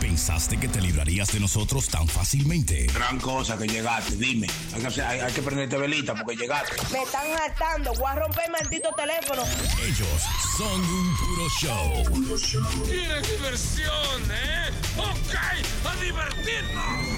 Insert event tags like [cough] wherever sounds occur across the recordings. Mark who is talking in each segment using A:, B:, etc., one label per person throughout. A: pensaste que te librarías de nosotros tan fácilmente?
B: Gran cosa que llegaste, dime. Hay que, hacer- hay- hay que prenderte velita porque llegaste.
C: Me están hartando. Voy a romper el maldito teléfono.
A: Ellos son un puro show.
D: ¿Quieres diversión, eh? ¡Ok! ¡A divertirnos!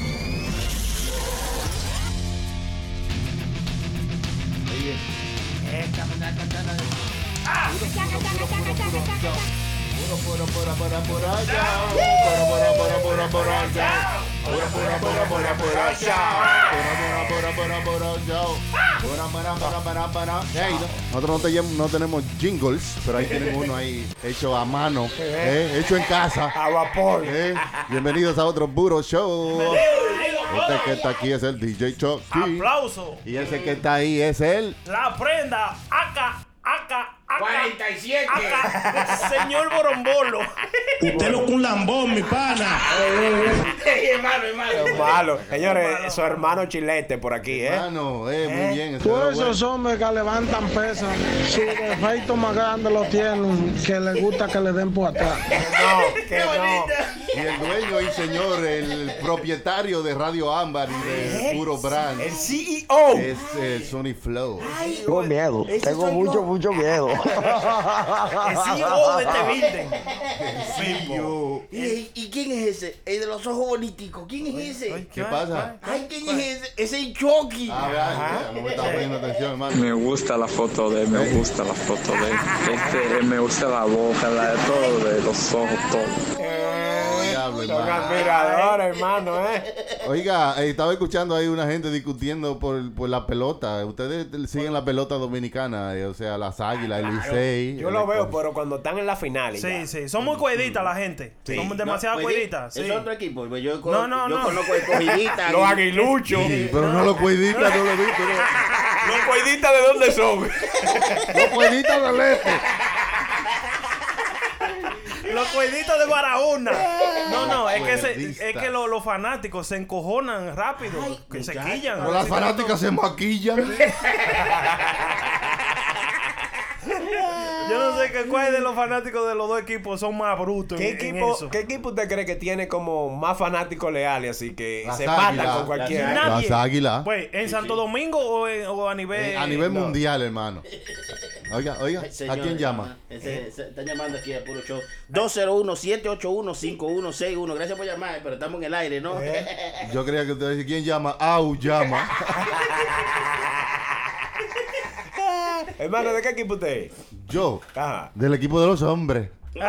E: Hey, no- Nosotros no, te llam- no tenemos jingles, pero ahí tienen uno ahí hecho a mano, eh, hecho en casa. A vapor. Bienvenidos a otro Buro Show. Este que está aquí es el DJ Chucky.
F: Aplauso.
E: Y ese que está ahí es él.
F: La prenda. Aca, aca, aca.
B: 47.
F: Aca. Señor Borombolo.
G: Usted lo que un lambón, mi pana.
B: hermano, hermano.
H: Malo, señores, su hermano chilete por aquí, ¿eh?
E: Mano, eh, muy bien. ese
G: Todos
E: era bueno.
G: esos hombres que levantan pesas, su defecto más grande lo tienen, que les gusta que le den por atrás.
F: Ah,
H: No, [laughs] que no.
E: Y el dueño y señor, el propietario de Radio Ámbar y de Puro Brand,
H: El
I: E
H: CEO.
E: es el Sony Flow.
J: Tengo miedo, tengo mucho, mucho miedo.
F: El CEO de este building.
E: Yo,
I: ¿Y, y quién es ese? El de los ojos boniticos. ¿Quién es ese?
E: ¿Qué pasa?
I: Ay, ¿quién es ese? Ese es el Chucky.
E: Ah, vea, no me está poniendo atención, hermano.
D: gusta la foto de él, me gusta la foto de él. Este, me gusta la boca, la de todo, de los ojos, todo.
E: Diablo,
H: Son
E: hermano.
H: admiradores, hermano, ¿eh?
E: Oiga, eh, estaba escuchando ahí una gente discutiendo por, por la pelota. Ustedes siguen la pelota dominicana, eh, o sea, las águilas, el Licey.
H: Yo
E: el
H: lo
E: Escocia.
H: veo, pero cuando están en la final.
F: Sí, sí. Son muy cueditas la gente. Son demasiado cueditas. Sí.
I: pues, Es otro equipo. pues Yo,
F: No, no,
I: yo
F: no.
I: conozco el
H: [laughs]
I: cogidita.
H: Los aguiluchos.
E: Sí, pero no lo cuiditas, no lo vi. pero-
H: ¿Los cuiditas de dónde son?
E: Los cuiditas del este.
F: Los cueditos de Barahona. No, no, es que, se- es
E: Cuerdistas.
F: que lo- los fanáticos se encojonan rápido. que se quillan.
E: Pero las fanáticas se maquillan.
F: Yo no sé que cuál de los fanáticos de los dos equipos son más brutos.
H: ¿Qué
F: en- en
H: equipo,
F: eso.
H: ¿Qué equipo usted cree que tiene como más fanáticos leales? Así que
E: Las
H: se pata
E: águilas.
H: con cualquiera.
F: Nadie.
E: Las águilas.
F: Pues, ¿en Santo Domingo o, en- o a nivel...?
E: Eh, a nivel mundial, hermano. Oiga, oiga, ¿a quién llama?
I: Ese, ese- están llamando aquí a puro show. 201-781-5161. Gracias por llamar, pero estamos en el aire, ¿no? [laughs]
E: Yo creía que usted decía, ¿quién llama? Au llama.
H: [laughs] Hermano, ¿de qué equipo usted es?
E: Yo,
H: Ajá.
E: del equipo de los hombres.
F: Coño,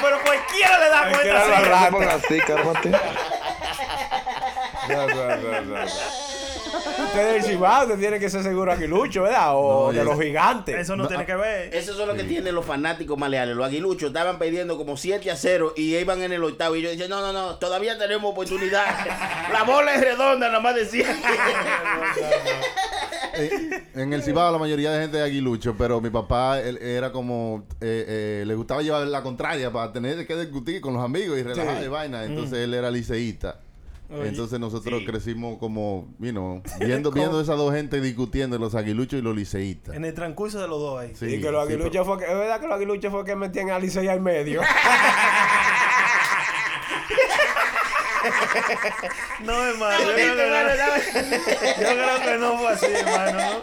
F: pero cualquiera le da cuenta.
H: Cualquiera lo
F: sí.
H: arrastra.
J: así, cálmate.
H: No, no, no, no. Usted es del Cibao, usted tiene que ser seguro aguilucho, ¿verdad? O
E: No,
H: de
E: yo-
H: los gigantes.
F: Eso no, tiene que ver.
I: Eso es lo que tienen los fanáticos más leales. Los aguiluchos estaban perdiendo como 7 a 0 y iban en el octavo. Y yo decía, no, no, no, todavía tenemos oportunidad. La bola es redonda, nada más decía.
E: Eh, en el Cibao la mayoría de gente es aguilucho, pero mi papá él era como, eh, eh, le gustaba llevar la contraria para tener que discutir con los amigos y relajar de vaina. Entonces él era liceísta. Entonces nosotros crecimos como, you know, viendo, viendo esas dos gente discutiendo, los aguiluchos y los liceístas.
F: En el transcurso de los dos ahí.
E: Sí,
H: y que los
E: sí,
H: aguiluchos fue que, es verdad que los aguiluchos fue que metían a Licey al medio.
F: No, hermano. Yo creo, que no, yo creo que no fue así, hermano.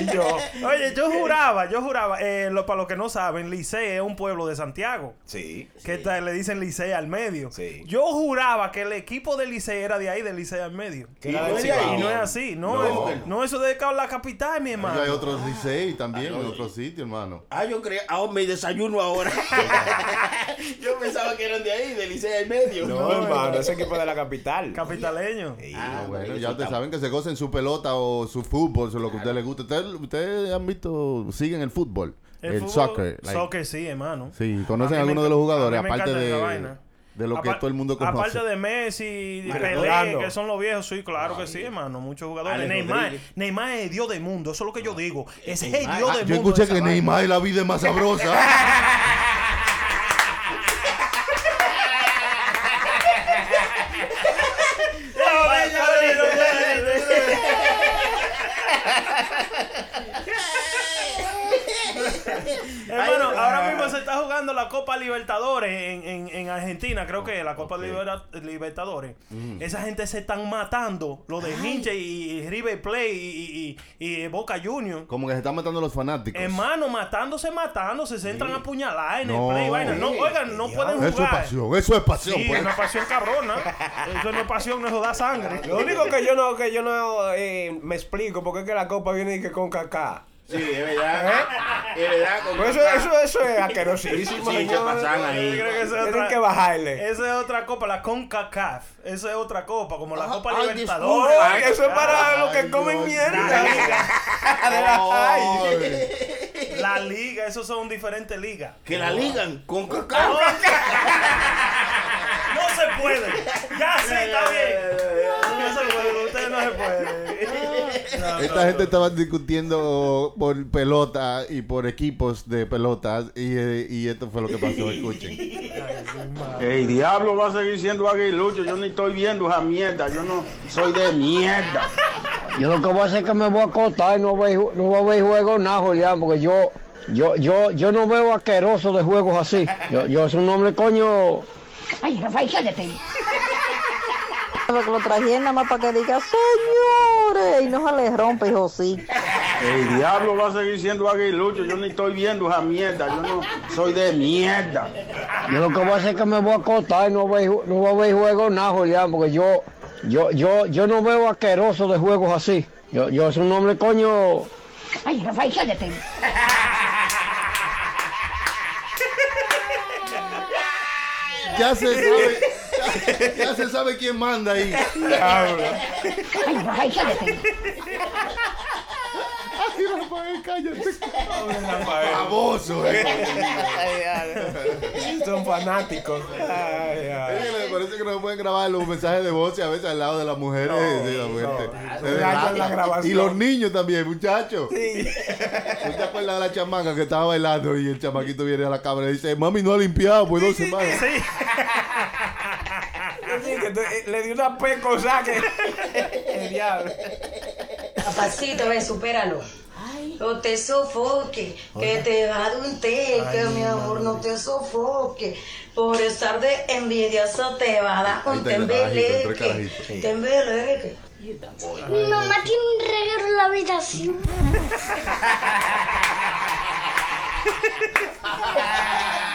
H: y yo.
F: [laughs] ¿no? Oye, yo juraba, yo juraba. eh, lo, para los que no saben, Licey es un pueblo de Santiago.
H: Sí.
F: Que ta- le dicen Licey al medio.
H: Sí.
F: Yo juraba que el equipo de Licey era de ahí, del Licey al medio.
H: Que era del
I: no era
H: Cibao.
F: Y no es así. No,
E: No.
F: es- no, eso de la capital, mi
E: pero
F: hermano.
E: hay otros licey también, en otros sitios, hermano.
I: Ah, yo creía, ah, oh, me desayuno ahora. yo pensaba que eran de ahí, del Liceo del Medio. Ah,
H: No, hermano, ese equipo de la capital.
F: Capitaleño.
E: Ah, bueno,
I: bueno,
E: ya
I: eso
E: ustedes
I: está-
E: saben que se gocen su pelota o su fútbol, o lo que a ustedes les gusta. Ustedes, ustedes han visto, siguen el fútbol, el,
F: fútbol-
E: soccer. like-
F: Soccer, sí, hermano.
E: Sí,
F: A mí
E: conocen
F: me
E: algunos de
F: enc-
E: los
F: a
E: jugadores,
F: mí me
E: aparte
F: encanta esa
E: de,
F: vaina.
E: de lo que
F: Apar-
E: todo el mundo conoce.
F: Aparte de Messi, de Pelé,
H: Maradona.
F: que son los viejos, sí, claro que sí, hermano. Muchos jugadores.
I: Alex
F: Neymar,
I: Rodríguez.
F: Neymar es Dios del mundo, eso es lo que yo digo. Ese es el
I: Neymar.
F: Dios
E: Ah,
F: del
E: yo
F: mundo.
E: escuché
F: esa
E: que
F: vaina.
E: Neymar y la vida es más sabrosa.
F: [laughs] Hermano, ahora mismo se está jugando la Copa Copa Libertadores en, en- en Argentina, creo que la Copa Libera- Libertadores,
E: Mm.
F: esa gente se están matando, los de Hinche y, y River Play y, y- y- y Boca Juniors.
E: Como que se están matando los fanáticos.
F: Hermano, matándose, matándose, se entran a puñalar en
E: No.
F: el play, vaina. No, oigan, no pueden
E: Eso es
F: jugar.
E: pasión, eso es pasión.
F: Sí,
E: pues.
F: una pasión cabrona. Eso no es pasión, eso da sangre.
H: Lo único que yo no, que yo no eh, me explico, porque es que la copa viene y que con cacá.
I: Sí, es verdad. Es verdad. con-
H: Pues eso, eso, eso es asquerosísimo.
I: Sí, se
H: señor.
I: pasan
F: Yo
I: ahí.
F: creo que esa es
H: Tienen
F: otra-
H: que bajarle.
F: Esa es otra copa, la CONCACAF. Esa es otra copa, como la Copa
H: Oh,
I: ay,
F: Libertadores.
I: disculpa.
H: eso es para
E: Ay,
H: los que
E: Dios Oh.
H: comen
E: mío.
H: mierda. [laughs] De la- ay.
E: Ay,
F: La liga, esos son diferentes ligas.
I: Que la ligan con cacao.
F: No se puede. Ya sí, está bien. No se puede, ustedes no se pueden. No, no,
E: Esta gente estaba discutiendo por pelota y por equipos de pelotas y, eh, y esto fue lo que pasó, escuchen.
G: El diablo va a seguir siendo aguilucho. Yo ni estoy viendo esa mierda. Yo no soy de mierda.
J: Yo lo que voy a hacer es que me voy a acostar y no voy, no voy a ver juegos nada, Julián, porque yo, yo, yo, yo no veo asqueroso de juegos así. Yo, yo soy un hombre, coño.
K: Ay, Rafael, cállate. Lo que lo traje nada más para que diga, señores, y no se le rompe, hijo, sí.
G: El diablo va a seguir siendo aguilucho. Yo ni estoy viendo esa mierda. Yo no soy de mierda.
J: Yo lo que voy a hacer es que me voy a acostar y no voy, no voy a ver juegos nada, Julián, porque yo, yo, yo, yo no veo asqueroso de juegos así. Yo, yo soy un hombre, coño.
K: Ay, Rafael, cállate.
E: Ya se sabe, ya, ya se sabe quién manda ahí.
K: Ay, Rafael, cállate.
E: [laughs] Ay, Rafael, cállate. Baboso, eh. [laughs]
H: Son fanáticos. Ay,
E: Es
H: ay.
E: que le parece que no pueden grabar los mensajes de voz y a veces al lado de las mujeres. de la muerte.
H: no, ya en la grabación.
E: y los niños también, muchachos. ¿Tú te acuerdas de la chamaca que estaba bailando y el chamaquito viene a la cámara y dice, mami, no ha limpiado por dos semanas?
H: Sí, que te- Le di una pecosa que. El diablo.
K: Papacito, ven, supéralo. No te sofoque, que te va de un teque, mi amor, no te sofoque. Por estar de envidioso te va a dar un
E: Ahí está el carajito,
K: tembeleque.
E: entró el carajito. Sí.
K: Tembeleque.
L: Mi mamá tiene un regalo en la habitación.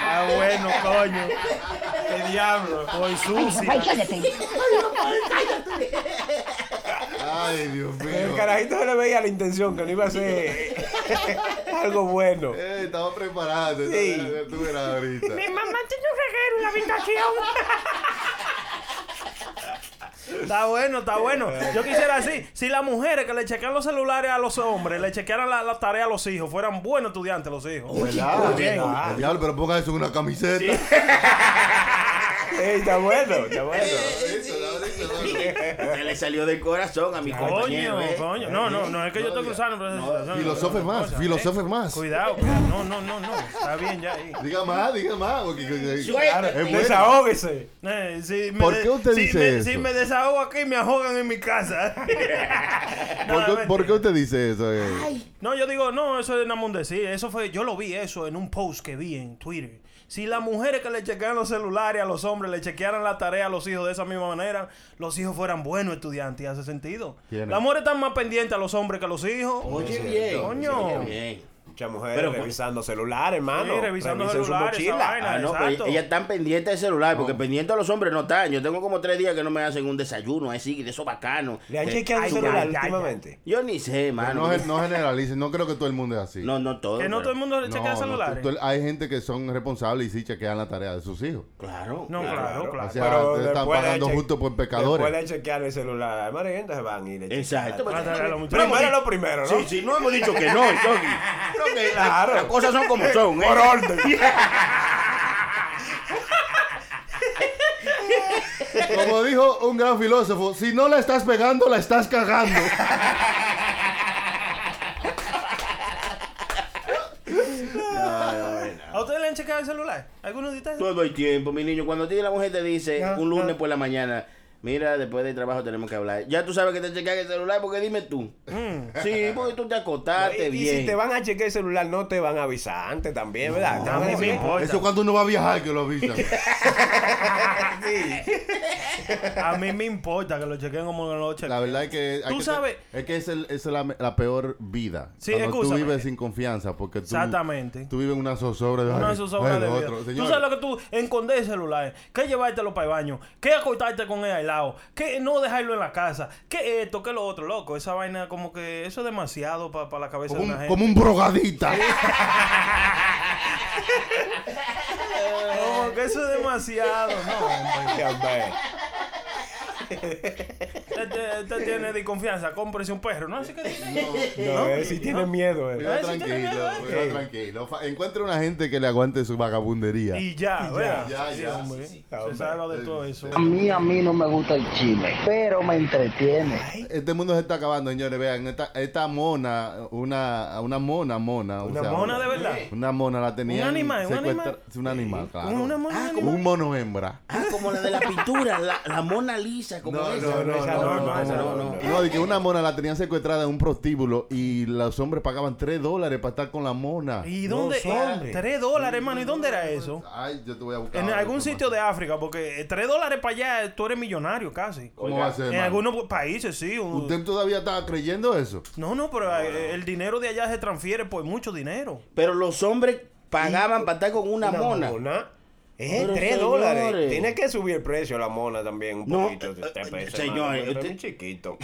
F: Ah, bueno, coño. Qué diablo. Hoy
K: Ay,
F: sucia.
K: cállate.
E: Ay, Dios
H: El
E: mío.
H: carajito no le veía la intención, que no iba a
F: [laughs]
H: ser algo bueno.
E: Eh, estaba preparado.
H: Sí.
E: estaba- Tú eras ahorita.
F: mamá tiene un reguero en la habitación. Está bueno, está bueno. Yo quisiera decir, si las mujeres que le chequean los celulares a los hombres, le chequearan la, la tarea a los hijos, fueran buenos estudiantes los hijos.
E: ¿Verdad?
F: bien.
E: Ah, Diablo, pero ponga eso en una camiseta.
H: [laughs] Ey, está bueno, está bueno.
E: Eso, dale, eso, dale.
I: Se le salió del corazón a mi
H: Ah,
I: compañero.
F: Coño,
I: ¿eh?
F: coño. No, no, no, es que yo estoy cruzando. por esa situación.
E: Filosofe
F: No,
E: más,
F: cosa,
E: filosofe
F: eh.
E: más.
F: Cuidado, cuidado. no, no, no, no. Está bien ya ahí.
E: Diga más, diga más. porque-
I: Suéltate.
E: Es bueno.
H: Desahóguese.
F: Eh, si me
E: ¿Por
F: de-
E: qué usted
F: si
E: dice
F: me-
E: eso?
F: Si me desahogo aquí, me ahogan en mi casa. [laughs]
E: ¿Por
F: No,
E: qué,
F: mentira.
E: por qué usted dice eso? eh?
F: No, yo digo, no, eso es Namón decir. Eso fue, yo lo vi eso en un post que vi en Twitter. Si las mujeres que le chequean los celulares a los hombres le chequearan la tarea a los hijos de esa misma manera, los hijos fueran buenos estudiantes. ¿Hace sentido?
E: Tiene.
F: Las mujeres están más pendientes a los hombres que a los hijos. Oye, bien. Coño.
I: Bien.
H: Muchas mujeres
I: Pero-
H: revisando celular, hermano.
F: Sí, revisando
H: Revisen
F: celular,
H: su
F: esa
H: [laughs] mochila.
F: vaina.
I: Ah, no, pero
F: Exacto.
I: ellas están pendientes del celular, porque pendientes a los hombres no están. Yo tengo como tres días que no me hacen un desayuno así, de eso bacano.
H: ¿Le han
I: Eh,
H: chequeado el
I: ay,
H: celular
I: ya, ya,
H: últimamente?
I: ya. Yo ni sé, mano.
E: ah, No, gen- no generalicen, no creo que todo el mundo es así.
I: No, no todo.
F: Que no
I: pero-
F: todo el mundo le
E: No,
F: chequea
E: no,
F: celulares.
E: tú- tú- hay gente que son responsables y sí chequean la tarea de sus hijos.
I: Claro.
F: No, claro, claro.
E: O sea, te están
H: después de
E: pagando
H: che-
E: justo por pecadores.
H: Después de chequear el celular, hay varias gente que van y le chequean.
I: Exacto.
F: Ah, dale, dale, muchacho.
H: Primero lo primero, ¿no?
I: Sí, sí, no hemos dicho que
H: [laughs]
I: no, Yogi. Creo que
H: Claro.
I: las cosas son como
H: [laughs]
I: son, ¿eh?
H: Por orden.
I: [laughs]
E: Como dijo un gran filósofo, si no la estás pegando, la estás
F: [laughs]
E: cagando.
F: ¿A ustedes le han chequeado el celular? ¿Alguno de ustedes?
I: Todo el tiempo, mi niño. Cuando a ti la mujer te dice un lunes por la mañana, Mira, después del trabajo tenemos que hablar. Ya tú sabes que te chequean el celular, porque dime tú. Sí, porque tú te acostaste
H: Mm. Y
I: bien.
H: si te van a chequear el celular, no te van a avisar antes también, ¿verdad? Te van a decir,
E: Eso es cuando uno va a viajar que lo avisan.
F: A mí me importa que lo chequen como que no lo chequen.
E: La verdad es que. hay
F: Tú
E: que-
F: sabes.
E: Es que es, el- es la, la peor vida.
F: Sí,
E: Cuando tú
F: escúchame.
E: vives sin confianza. Porque tú,
F: Exactamente.
E: Tú vives en una zozobra de.
F: Una
E: ay,
F: de sus obras
E: ay,
F: de
E: lo
F: vida.
E: otro.
F: Tú
E: Señores,
F: sabes lo que tú esconder el celular, que llevártelo para el baño, que acostarte con él aislado, que no dejarlo en la casa, que esto, que lo otro, loco. Esa vaina como que eso es demasiado para la cabeza
E: como,
F: de
E: un,
F: una gente.
E: como un drogadita.
F: Como que eso es demasiado, no. hombre. Usted usted Este, tiene desconfianza, cómprese un perro, ¿no? Así que
H: No, él sí tiene miedo. él.
E: Viva Pues tranquilo,
F: ¿eh?
E: viva tranquilo. Fa- Encuentra una gente que le aguante su vagabundería.
F: Y ya, ¿verdad?
E: ya,
F: Sí,
E: ya.
F: hombre. Se salva de todo eso.
M: A mí, a mí no me gusta el chile, pero me entretiene.
E: Este mundo se está acabando, señores. Vean, esta, esta mona, una, una mona, mona.
F: ¿Una mona de verdad?
E: Una mona la tenía.
F: animal, un animal?
E: Un animal, claro. Ah,
F: Una mona, un
E: como un mono hembra.
I: Ah, como la de la pintura, la, la Mona Lisa, como esa.
E: No, de que una mona la tenían secuestrada en un prostíbulo y los hombres pagaban 3 dólares para estar con la mona.
F: ¿Y dónde? era? Tres dólares, hermano. ¿Y dónde era eso?
E: Ay, yo te voy a buscar.
F: En
E: ahora,
F: algún sitio de África, porque eh, tres dólares para allá eh, tú eres millonario casi.
E: ¿Cómo va a ser,
F: En
E: hermano?
F: algunos pu- países, sí. un-
E: ¿Usted todavía está creyendo eso?
F: No, no, pero eh, el dinero de allá se transfiere por mucho dinero.
I: Pero los hombres pagaban para estar con una,
F: una
I: mona.
H: mona. Eh,
I: Pero,
H: 3 dólares.
I: señores.
H: Tiene que subir el precio a la mona también un
I: No, eh,
H: poquito. de tres pesos,
I: señores,
H: hermano, pero
I: usted-
H: es chiquito.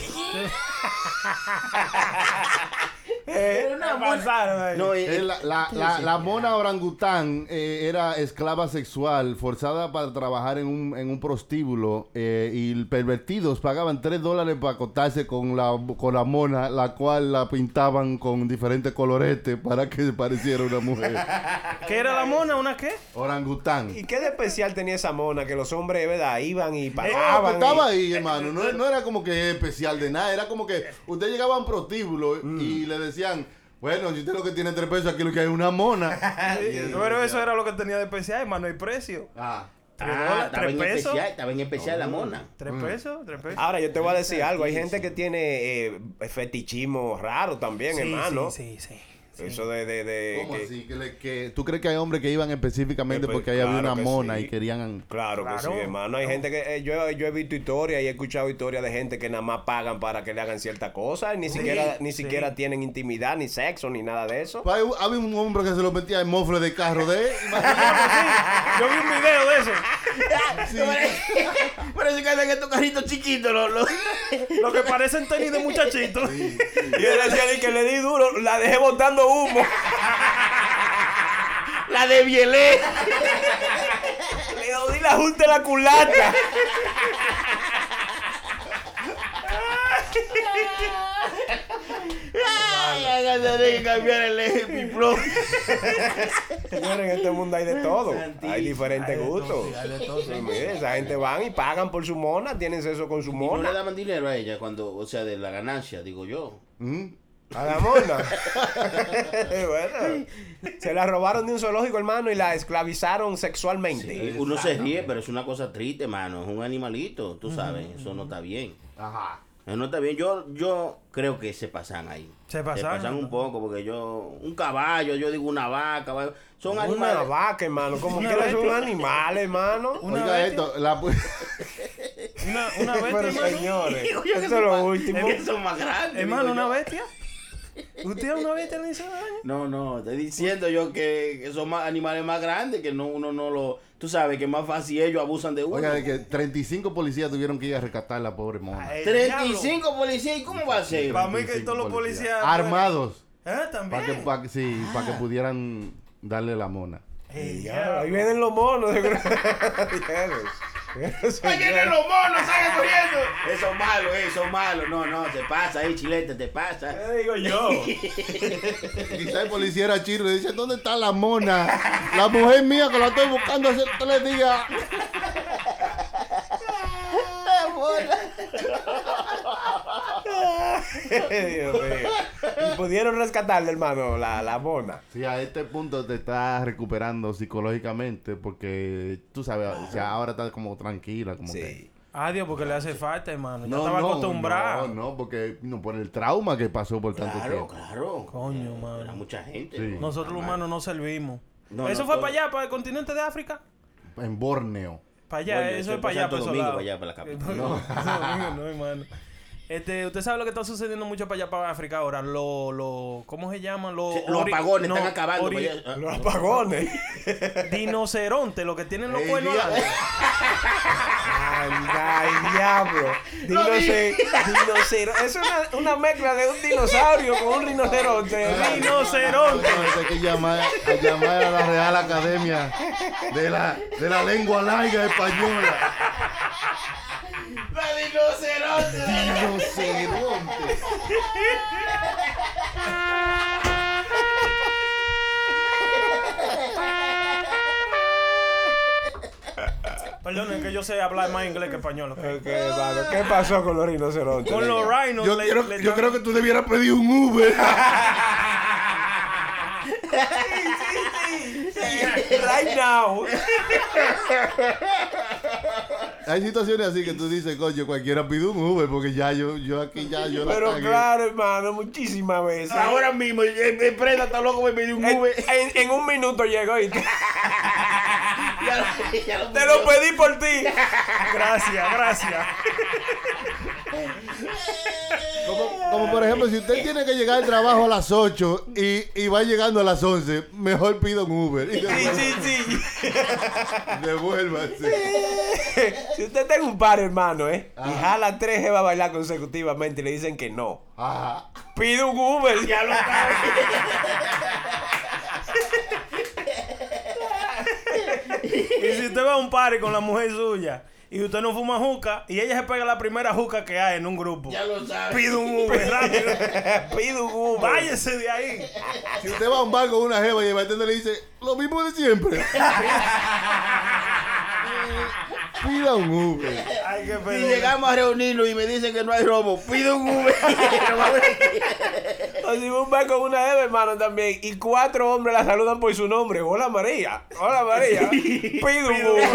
H: Eh,
F: Pero una mona-
E: No, eh, la, la- la- la mona orangután eh, era esclava sexual, forzada para trabajar en un, en un prostíbulo eh, y pervertidos pagaban 3 dólares para acotarse con la, con la mona, la cual la pintaban con diferentes coloretes para que se pareciera
H: [laughs]
E: una mujer.
F: ¿Qué era la mona? ¿Una qué?
E: Orangután.
H: ¿Y qué de especial tenía esa mona? Que los hombres, ¿verdad? Iban y
E: Ah,
H: pagaban.
E: pues estaba ahí, hermano.
H: [laughs]
E: No, no era como que especial de nada. Era como que usted llegaba a un prostíbulo
H: Mm.
E: y le decían, bueno, si usted lo que tiene tres pesos, aquí lo que hay es
H: [laughs]
E: una mona.
F: Pero eso era lo que tenía de especial, hermano, el precio.
E: Ah.
F: Tres
I: Ah,
F: dólares,
I: estaba
F: tres
I: en
F: pesos.
I: especial, estaba en especial la mona.
F: Tres
I: Mm.
F: pesos, tres pesos.
H: Ahora, yo te voy a decir algo. Hay gente que tiene eh, fetichismo raro también,
F: Sí,
H: hermano.
F: Sí, sí, sí.
H: Eso de... de, de
E: ¿Cómo
H: que-
E: así? Que le- que- ¿Tú crees que hay hombres que iban específicamente
H: Espe-
E: porque ahí había
H: claro
E: una
H: que
E: mona
H: sí.
E: y querían...
H: Claro, que sí, hermano. Hay gente que... eh, yo, yo he visto historias y he escuchado historias de gente que nada más pagan para que le hagan ciertas cosas. y Ni
E: Sí,
H: siquiera ni
E: sí.
H: siquiera tienen intimidad, ni sexo, ni nada de eso.
E: Pues hay- había un hombre que se lo metía en mofle de carro de...
F: Yo vi un video de eso.
I: Parece que hacen estos carritos chiquitos. Lo, lo...
F: Lo que parecen tenis de muchachitos.
H: Y él decía "Ni que le di duro, la dejé botando humo.
I: la de Bielé.
H: Le doy la junta de la culata.
I: Ay, ay, ay, tiene que cambiar el eje, mi bro.
H: Señores, en este mundo hay de todo. Hay diferentes gustos. Sí, mire, esa gente van y pagan por su mona, tienen sexo con su
I: Y no le
H: mona.
I: daban dinero a ella cuando, o sea, de la ganancia, digo yo.
H: A la mona. [laughs] Bueno, se la robaron de un zoológico, hermano, y la esclavizaron sexualmente.
I: Eh, Uno se ríe, pero es una cosa triste, mano. Es un animalito, tú sabes. Eso no está bien.
E: Ajá.
I: Eso no está bien. Yo, yo creo que se pasan ahí.
F: Se pasaron.
I: un poco, porque yo. Un caballo, yo digo una vaca. va- Son
H: Una
I: animales. [laughs]
H: vaca, hermano. Como
I: Una
H: que es un
I: bestia.
H: animal,
N: [laughs]
H: hermano.
E: Oiga esto, la... pu-
F: Una, una bestia.
H: Pero
F: hermano.
H: señores,
F: Digo yo que
H: eso es
F: son
H: lo
F: más-
H: último.
I: que son más grandes,
F: Hermano,
I: digo
F: una
I: yo.
F: bestia. ¿Usted a una bestia le hizo daño?
I: No, no, estoy diciendo yo que que son más animales más grandes, que no uno no lo... Tú sabes que es más fácil ellos abusan de uno.
E: Oiga, de que 35 policías tuvieron que ir a rescatar a la pobre mona.
I: 35 policías, ¿y cómo va a ser?
F: Para mí que todos los policías.
E: Armados.
F: Ah, también.
E: Para que, pa' que- sí, pa' que pudieran darle la mona.
H: Ya, ahí vienen los monos. seguro.
I: ¡Ahí vienen los monos,
E: [laughs]
I: salgan corriendo! Eso es malo, eso es malo. No, no, te pasa ahí, chilete, te pasa.
H: Te digo
F: [laughs]
H: yo.
E: Quizá el policía era chirro y dice, ¿dónde está la mona? La mujer mía que la estoy buscando hace tres días. [laughs]
H: Dios mío. Y pudieron rescatarle, hermano, la, la mona.
E: Sí, a este punto te estás recuperando psicológicamente porque tú sabes, o sea, ahora estás como tranquila, como que
F: Adiós, Ah, porque le hace falta, hermano. Yo
E: No,
F: estaba
E: no,
F: acostumbrado.
E: No, no, porque no, por el trauma que pasó por tanto
F: Claro,
E: tiempo.
I: Claro. Eh,
F: Coño, mano.
I: mucha gente.
E: Sí.
I: ¿no?
F: Nosotros los humanos no servimos.
I: No,
F: eso
I: no,
F: fue
I: todo-
F: para allá, para el continente de África.
E: En Borneo.
F: Para allá,
I: Bueno,
F: eso
I: eso
F: es
I: es
F: para allá,
I: Santo
F: para esos
I: Domingo,
F: lados.
I: para allá, para la capital.
F: No, Santo Domingo
I: [laughs]
F: no, hermano. Este, usted sabe lo que está sucediendo mucho para allá, para África ahora. Lo, lo, ¿Cómo se llaman? Los,
I: Sí, los
F: ori-
I: apagones están acabando para allá. Ah.
H: Los apagones.
F: [laughs] Dinoceronte, lo que tienen los
H: Ey,
F: cuernos.
H: diablo.
I: [laughs]
F: adelante.
H: Anda, el diablo. Dinoce- Dinocero. Es una, una mezcla de un dinosaurio con un rinoceronte.
I: [laughs]
F: Rinoceronte.
E: Hay que llamar, a llamar a la Real Academia de la, de la Lengua Larga Española. Rinoceronte.
F: Perdón, es que yo sé hablar más inglés que español. ok.
H: Ok, hermano, ¿Qué pasó con los rinocerontes?
F: Con los rhinos
E: Yo,
F: le-
E: quiero-
F: le
E: yo
F: dan-
E: creo que tú debieras pedir un Uber.
F: [laughs]
H: Right now.
E: Hay situaciones así que tú dices, coño, cualquiera pide un Uber porque ya yo, yo aquí ya yo la
H: Pero
E: cagué.
H: claro, hermano, muchísimas veces.
I: Ahora mismo, el, el prenda está loco me pidió un
H: En,
I: Uber.
H: en- en un minuto llegó y te,
I: [laughs] Ya lo- ya lo
H: te lo
I: pidió.
H: pedí por ti.
F: Gracias, gracias.
E: Como, como por ejemplo, si usted tiene que llegar al trabajo a las 8 y, y va llegando a las 11, mejor pida un Uber. Y
H: Sí, sí, sí. [laughs]
E: Devuélvase.
H: Si usted tiene un par, hermano, ¿eh? Y jala tres jevas a bailar consecutivamente y le dicen que no.
E: Ajá.
H: Pide un Uber.
I: Ya lo sabe.
F: Y si usted va a un party con la mujer suya y usted no fuma juca y ella se pega la primera juca que hay en un grupo.
I: Ya lo sabe.
F: Pide un
I: [laughs]
F: Uber rápido.
H: Pide un Uber.
F: Váyese de ahí.
E: Si usted va a un bar con una jeva y el bartender le dice, lo mismo de
I: [laughs]
E: siempre. Pida un Uber.
F: Ay, qué
I: Si
F: pedo.
I: llegamos a reunirnos y me dicen que no hay robo, pido un Uber.
H: O si va un bar con una jeva, hermano, también. Y cuatro hombres la saludan por su nombre. Hola, María. Hola, María. Pide un Uber.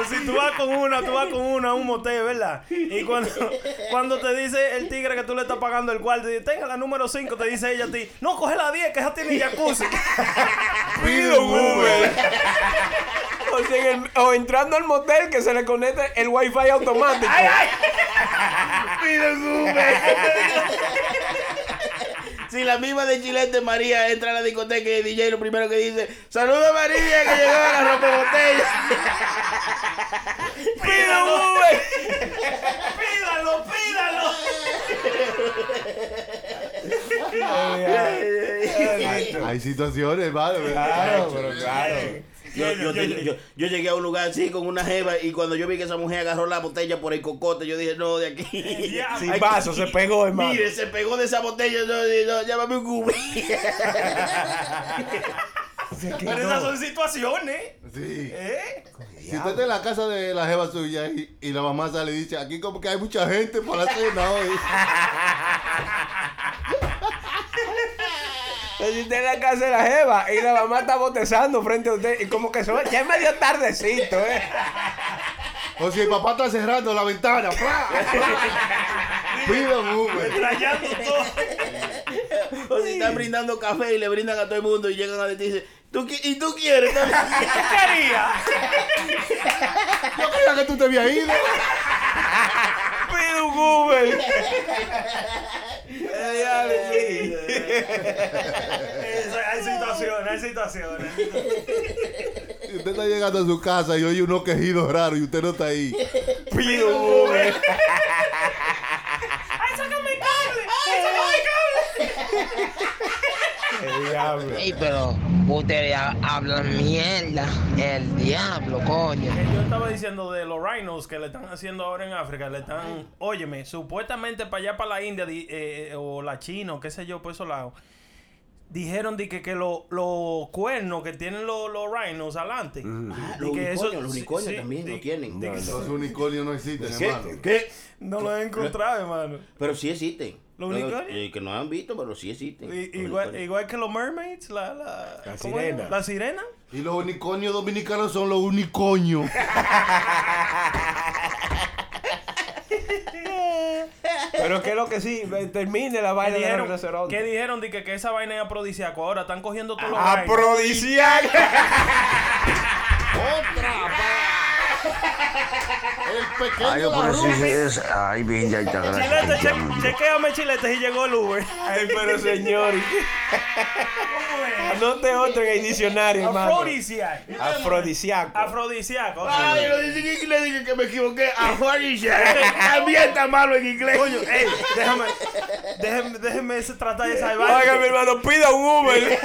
F: O si tú vas con una, tú vas con una a un motel, ¿verdad? Y cuando, cuando te dice el tigre que tú le estás pagando el cuarto, y dice, tenga la número 5, te dice ella a ti, no, coge la 10, que esa tiene
H: [laughs]
F: jacuzzi.
H: Pide un Uber. O, si en el- o entrando al motel que se le conecte el wifi automático.
F: [laughs]
I: Pido un Uber.
H: [laughs]
I: Si la misma de Chilete María entra a la discoteca y el DJ lo primero que dice, saluda María que llegó a la ropa botella.
H: Pide un Uber.
F: pídalo, pídalo.
E: Hay situaciones, vale.
H: Claro, pero claro.
I: Yo, yo- yo- yo- yo llegué a un lugar así con una jeva y cuando yo vi que esa mujer agarró la botella por el cocote, yo dije, no, de aquí.
H: Sin vaso, se pegó, hermano.
I: Mire, se pegó de esa botella, no, no, llámame un
F: [laughs]
I: Uber.
F: Pero esas son situaciones.
E: Sí.
F: ¿eh?
E: Si usted está en la casa de la jeva suya y, y la mamá sale y dice, aquí como que hay mucha gente para la cena hoy.
H: Entonces Pues usted en la casa de la Jeva y la mamá está botezando frente a usted. Y como que son, ya es medio tardecito, ¿eh?
E: O si el papá está cerrando la ventana. Pida un Uber.
F: Trayando Pues, todo.
I: O Pues si están brindando café y le brindan a todo el mundo y llegan a ti y dicen, ¿Tú qui- ¿y tú quieres? también?"
F: [laughs] ¿Qué haría?
E: Yo creía que tú te habías ido.
H: Pide un Uber. Ay, ay, sí.
F: Eso, Hay situaciones, hay situaciones.
E: Si usted está llegando a su casa y oye unos quejidos raros y usted no está ahí.
H: Pide un [laughs] Uber.
F: ¡Ay, sácame el cable! ¡Ay, sácame el cable!
H: El diablo.
M: Ey, pero ustedes ha- hablan mierda. El diablo, coño.
F: Que Eh, Yo estaba diciendo de los rhinos que le están haciendo ahora en África, le están, óyeme, supuestamente para allá, para la India di- eh, eh, o la China o qué sé yo, por esos lados, dijeron de que, que lo- los cuernos que tienen los, los rhinos adelante.
I: Ah,
F: Di
I: los
F: que eso-
I: unicornios, los
F: sí,
I: unicornios
F: sí,
I: también
F: di-
I: lo tienen.
F: di que-
E: Los unicornios no existen, hermano.
I: ¿Qué?
F: No lo he encontrado, hermano.
I: Pero sí existen.
F: ¿Los unicornios?
I: Eh, que no han visto, pero sí existen.
F: I- Igual, igual que los mermaids, la, la, ¿cómo es?
E: sirena.
F: La sirena.
E: Y los unicornios dominicanos son los unicoños.
H: Pero que lo que sí, ve- termine la
F: ¿Qué
H: vaina de los
F: dijeron,
H: rinocerontes.
F: que dijeron de que, que esa vaina es afrodisíaco? Ahora están cogiendo
H: Ah,
F: todos los
N: Ay, yo, pero sí, sí, es. Ay, bien, ya está.
F: Chilete,
N: Gracias.
F: che- chequeame chilete y llegó el Uber.
H: Ay, pero señor. Anote otro en el diccionario, hermano.
F: Afrodisíaco.
H: Afrodisíaco.
F: Afrodisíaco.
I: Ay, lo dice en inglés, dije que me equivoqué. Afrodisíaco. [laughs] También está malo en inglés.
F: Coño, ey, déjame, déjeme, déjeme ese- tratar de salvar.
H: Oiga, mi hermano, pida un
F: [laughs]
H: Uber.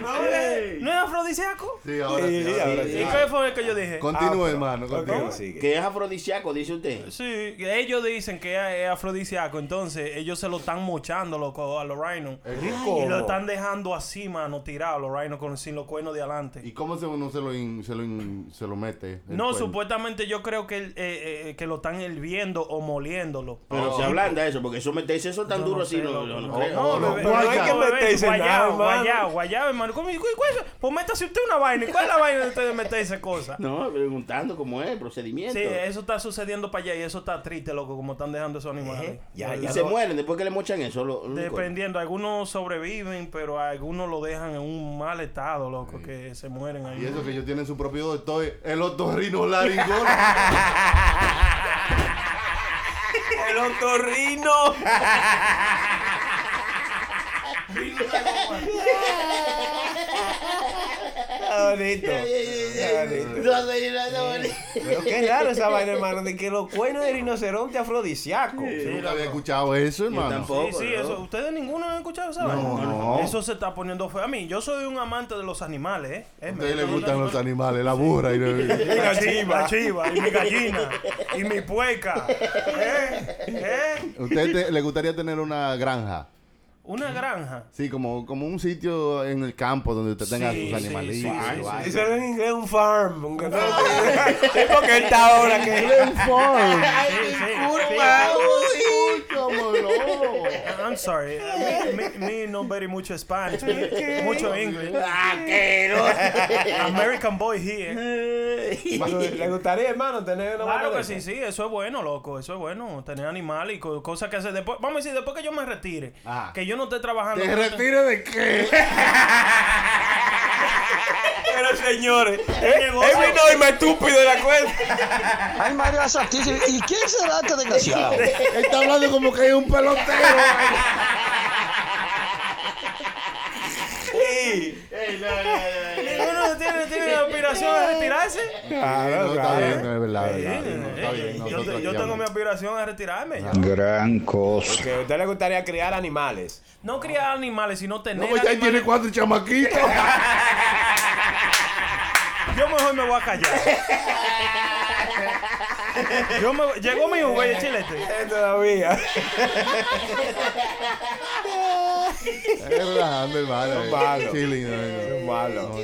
F: No, eh, ¿no es afrodisíaco?
E: Sí,
I: ahora sí, Sí, ahora ahora sí. sí.
F: ¿Y qué fue que yo dije?
E: Continúe, hermano.
F: ¿Cómo?
E: Continúe.
I: Que es afrodisíaco, dice usted.
F: Sí, ellos dicen que es afrodisíaco, entonces ellos se lo están mochando loco, a los rhinos.
E: cómo?
F: Y lo están dejando así, mano, tirado a los rhinos con, sin los cuernos de adelante.
E: ¿Y cómo se, uno se lo, in- se lo, in- se lo mete? el
F: No,
E: cuerno?
F: supuestamente yo creo que, eh, eh, que lo están hirviendo o moliéndolo.
I: Pero se ablanda eso, porque eso meterse eso tan duro así, no, no, no creo.
F: No, no, no, hay que meterse guayao, guayao, guayao, hermano. ¿Cómo- cu- cu- eso? Pues métase usted una vaina. ¿Y ¿Cuál es la vaina de usted de meterse cosas?
I: No, preguntando cómo es el procedimiento.
F: Sí, eso está sucediendo para allá y eso está triste, loco, como están dejando esos animales.
I: Ya,
F: Bueno,
I: y
F: ya
I: se
F: lo-
I: mueren después que le mochan eso. lo- lo-
F: Dependiendo, algunos sobreviven, pero algunos lo dejan en un mal estado, loco, que se mueren ahí.
E: Y eso que ellos tienen su propio doctor, el
F: [laughs]
E: otorrinolaringólogo.
H: El otorrino. Está bonito. Está bonito.
I: No, señora, no,
H: Pero qué raro esa vaina, hermano, de que los cuernos de rinoceronte afrodisíaco.
E: Yo nunca había escuchado eso, hermano.
F: sí, sí, eso. ¿Ustedes ninguno han escuchado esa
E: No,
F: vaina?
E: no.
F: Eso se está poniendo feo. A mí, yo soy un amante de los animales, ¿eh? Es
E: A ustedes les
F: me-
E: gustan los animales, la burra y
F: [laughs] La chiva, la chiva, y
H: [laughs]
F: mi gallina, y mi pueca. ¿Eh?
E: ¿A usted te- le gustaría tener una granja?
F: Una granja.
E: Sí, como, como un sitio en el campo donde usted tenga
F: Sí,
E: sus
F: sí,
E: animalitos.
F: sí,
E: su
F: sí,
E: vaina.
H: Eso era en inglés un farm. Un... es porque él está ahora que
E: Un farm.
H: Ay,
F: disculpa, I'm sorry. Me, me, me no very mucho
H: [laughs]
F: Spanish. me- Mucho English.
I: Ah,
F: American boy here.
H: ¿Le gustaría, hermano, tener una vaina
F: Claro que
H: de
F: sí,
H: esas?
F: sí, eso es bueno, loco, eso es bueno, tener animales y co- cosas que hacer después, vamos a decir, después que yo me retire, que yo no esté trabajando.
H: ¿Te
F: que no [laughs] esté-
H: retire de qué? Pero señores, él
F: negocio.
H: vino y más estúpido de la cuenta.
N: Ay, María Santísima. ¿Y quién será este
H: [laughs]
N: desgraciado?
E: Está hablando como que es un pelotero.
F: Ninguno tiene, tiene la aspiración de retirarse.
E: Claro, no, está
F: claro.
E: bien, no es verdad,
F: Sí,
E: verdad. No, está bien,
F: yo-
E: nosotros
F: yo
E: aquí
F: tengo mi
E: hablamos.
F: aspiración a retirarme. ya.
N: Gran cosa.
H: Que a usted le gustaría criar animales.
F: No criar animales, sino tener.
E: No, pues ya
F: animales.
E: tiene cuatro chamaquitos.
F: Yo mejor me voy a callar. Yo me- Llegó mi Uber, chilete.
H: Eh, Todavía.
E: Es relajando, hermano. eh.
H: malo.
E: Chilling, no, no.
H: Malo.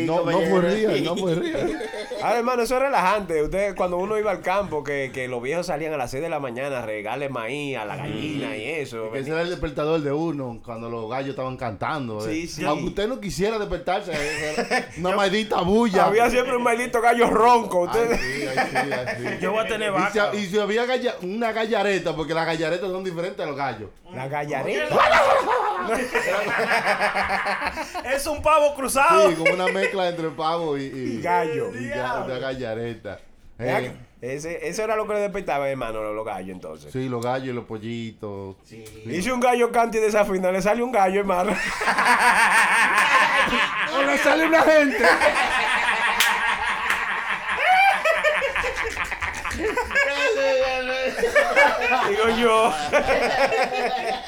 E: No, no fue real, no fue real. [laughs]
H: Ahora, hermano, eso es relajante. Usted, cuando uno iba al campo, que, que los viejos salían a las 6 de la mañana a regarle maíz a la gallina y eso.
E: Ese era el despertador de uno cuando los gallos estaban cantando. eh.
H: Sí, sí.
E: Aunque usted no quisiera despertarse, eh, era
H: [laughs]
E: una maldita bulla.
H: Había siempre un maldito gallo ronco. Usted...
E: Sí, ay, sí, ay, sí.
H: [laughs]
F: Yo voy a tener
E: Y si,
F: vaca.
E: y si había galla- una gallareta, porque las gallaretas son diferentes a los gallos.
H: La gallareta.
F: [laughs] Es un pavo cruzado.
E: Sí, como una mezcla entre pavo y, y-
H: Ah. Y gallo.
E: Y ga- una gallareta. Eh,
H: Ese, eso era lo que le despertaba, hermano, los, los gallos entonces.
E: sí, los gallos y los pollitos.
H: Hice un gallo canti de esa final, le sale un gallo, hermano.
E: Ahora sale una gente.
H: Digo yo.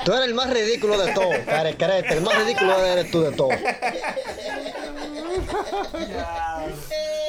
N: Tú eres el más ridículo de todos, carecrete. El más ridículo eres tú de todos.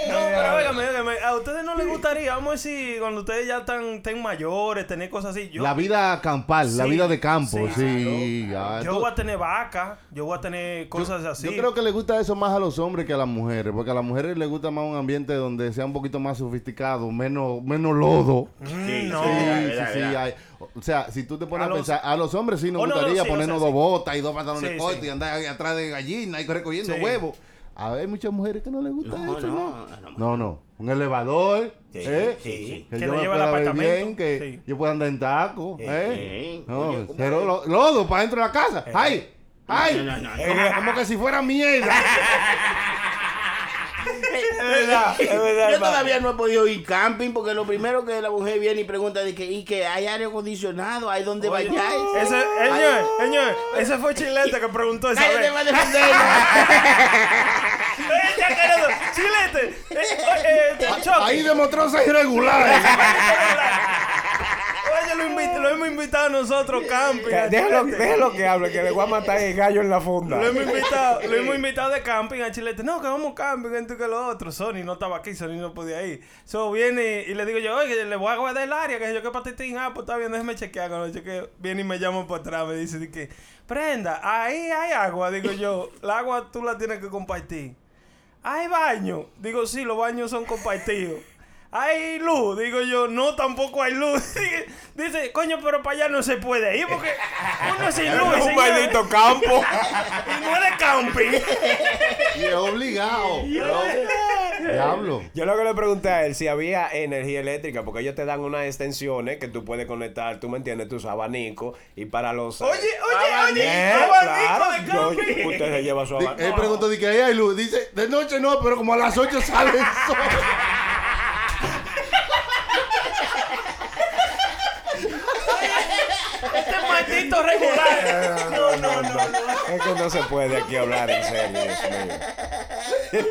F: No,
E: Eh,
F: pero óigame, óigame, a ustedes no les gustaría, vamos a decir, cuando ustedes ya están, estén mayores, tener cosas así. Yo,
E: La vida campal, la
F: Sí,
E: vida de campo,
F: sí,
E: sí. ya,
F: yo
E: esto-
F: voy a tener vaca, yo voy a tener cosas así.
E: Yo creo que le gusta eso más a los hombres que a las mujeres, porque a las mujeres les gusta más un ambiente donde sea un poquito más sofisticado, menos, menos lodo.
F: Sí, Mm, no.
E: sí,
F: verdad,
E: sí,
F: verdad,
E: sí,
F: verdad.
E: hay- O sea, si tú te pones
F: A
E: a,
F: los-
E: pensar, a los hombres sí nos
F: Oh, no, no,
E: gustaría
F: sí, o
E: ponernos
F: sea,
E: dos botas y dos pantalones
F: Sí,
E: cortos
F: sí.
E: y andar ahí atrás de gallina y recogiendo
F: Sí.
E: huevos. A ver, hay muchas mujeres que no les gusta
I: No,
E: eso,
I: no,
E: ¿no? No, no. Un elevador,
I: Sí,
E: ¿eh?
I: sí, sí.
E: Que,
I: Que
E: yo
I: lo
E: me
I: lleve al
E: pueda ver
I: apartamento,
E: bien, que yo pueda andar en taco, ¿eh?
I: sí.
E: No,
I: Oye, ¿cómo
E: cero
I: es?
E: lo- lodo para dentro de la casa. ¡Ay! ¡Ay!
I: No, no, no, no.
E: Como- Como que si fuera mierda.
F: [laughs]
I: Es
H: verdad, es verdad,
I: Yo
H: hermano.
I: todavía no he podido ir camping porque lo primero que la mujer viene y pregunta es que, ¿y que hay aire acondicionado? ¿Hay donde vayáis?
F: Ese,
I: Ay,
F: señor, señor, ese fue Chilete que preguntó esa
I: Cállate,
F: vez. [laughs]
I: va a defender.
F: Eh, ya, carajo, Chilete, eh, eh, eh, Chucky.
E: Ahí demostró ser irregular.
F: [laughs] Oye, lo, invit- lo hemos invitado a nosotros, camping. a
H: Déjalo,
F: Chilete.
H: déjalo que hable, que le voy a matar el gallo en la funda.
F: Lo hemos invitado, lo hemos invitado de camping a Chilete. No, que vamos camping, que esto y que lo otro. Sony no estaba aquí, Sony no podía ir. So viene y le digo yo, oye, le voy a guardar el área, que sé yo qué patitín. Ah, pues está bien, déjeme chequear. Cuando chequeo, viene y me llama para atrás, me dice de que, prenda, ahí hay agua. Digo yo, el agua tú la tienes que compartir. ¿Hay baño? Digo, sí, los baños son compartidos. ¿Hay luz? Digo yo, no, tampoco hay luz. [laughs] Dice, coño, pero para allá no se puede ir porque uno es
H: [laughs]
F: sin luz.
H: Es un
F: señor.
H: maldito campo.
F: [laughs] Y no es de camping.
E: Y es obligado. Diablo.
H: Yo lo que le pregunté a él si había energía eléctrica, porque ellos te dan unas extensiones que tú puedes conectar, tú me entiendes, tus abanicos y para los. [laughs] Oye,
F: oye, oye,
H: abanico Eh, claro, yo- Usted se lleva su
E: Di-
H: abanico.
E: Él preguntó, di que ahí hay luz. Dice, de noche no, pero como a las 8 sale el sol.
F: Este maldito
H: [laughs] Eh,
F: regular. No, no, no.
H: Es que no se puede aquí hablar en serio, Dios mío.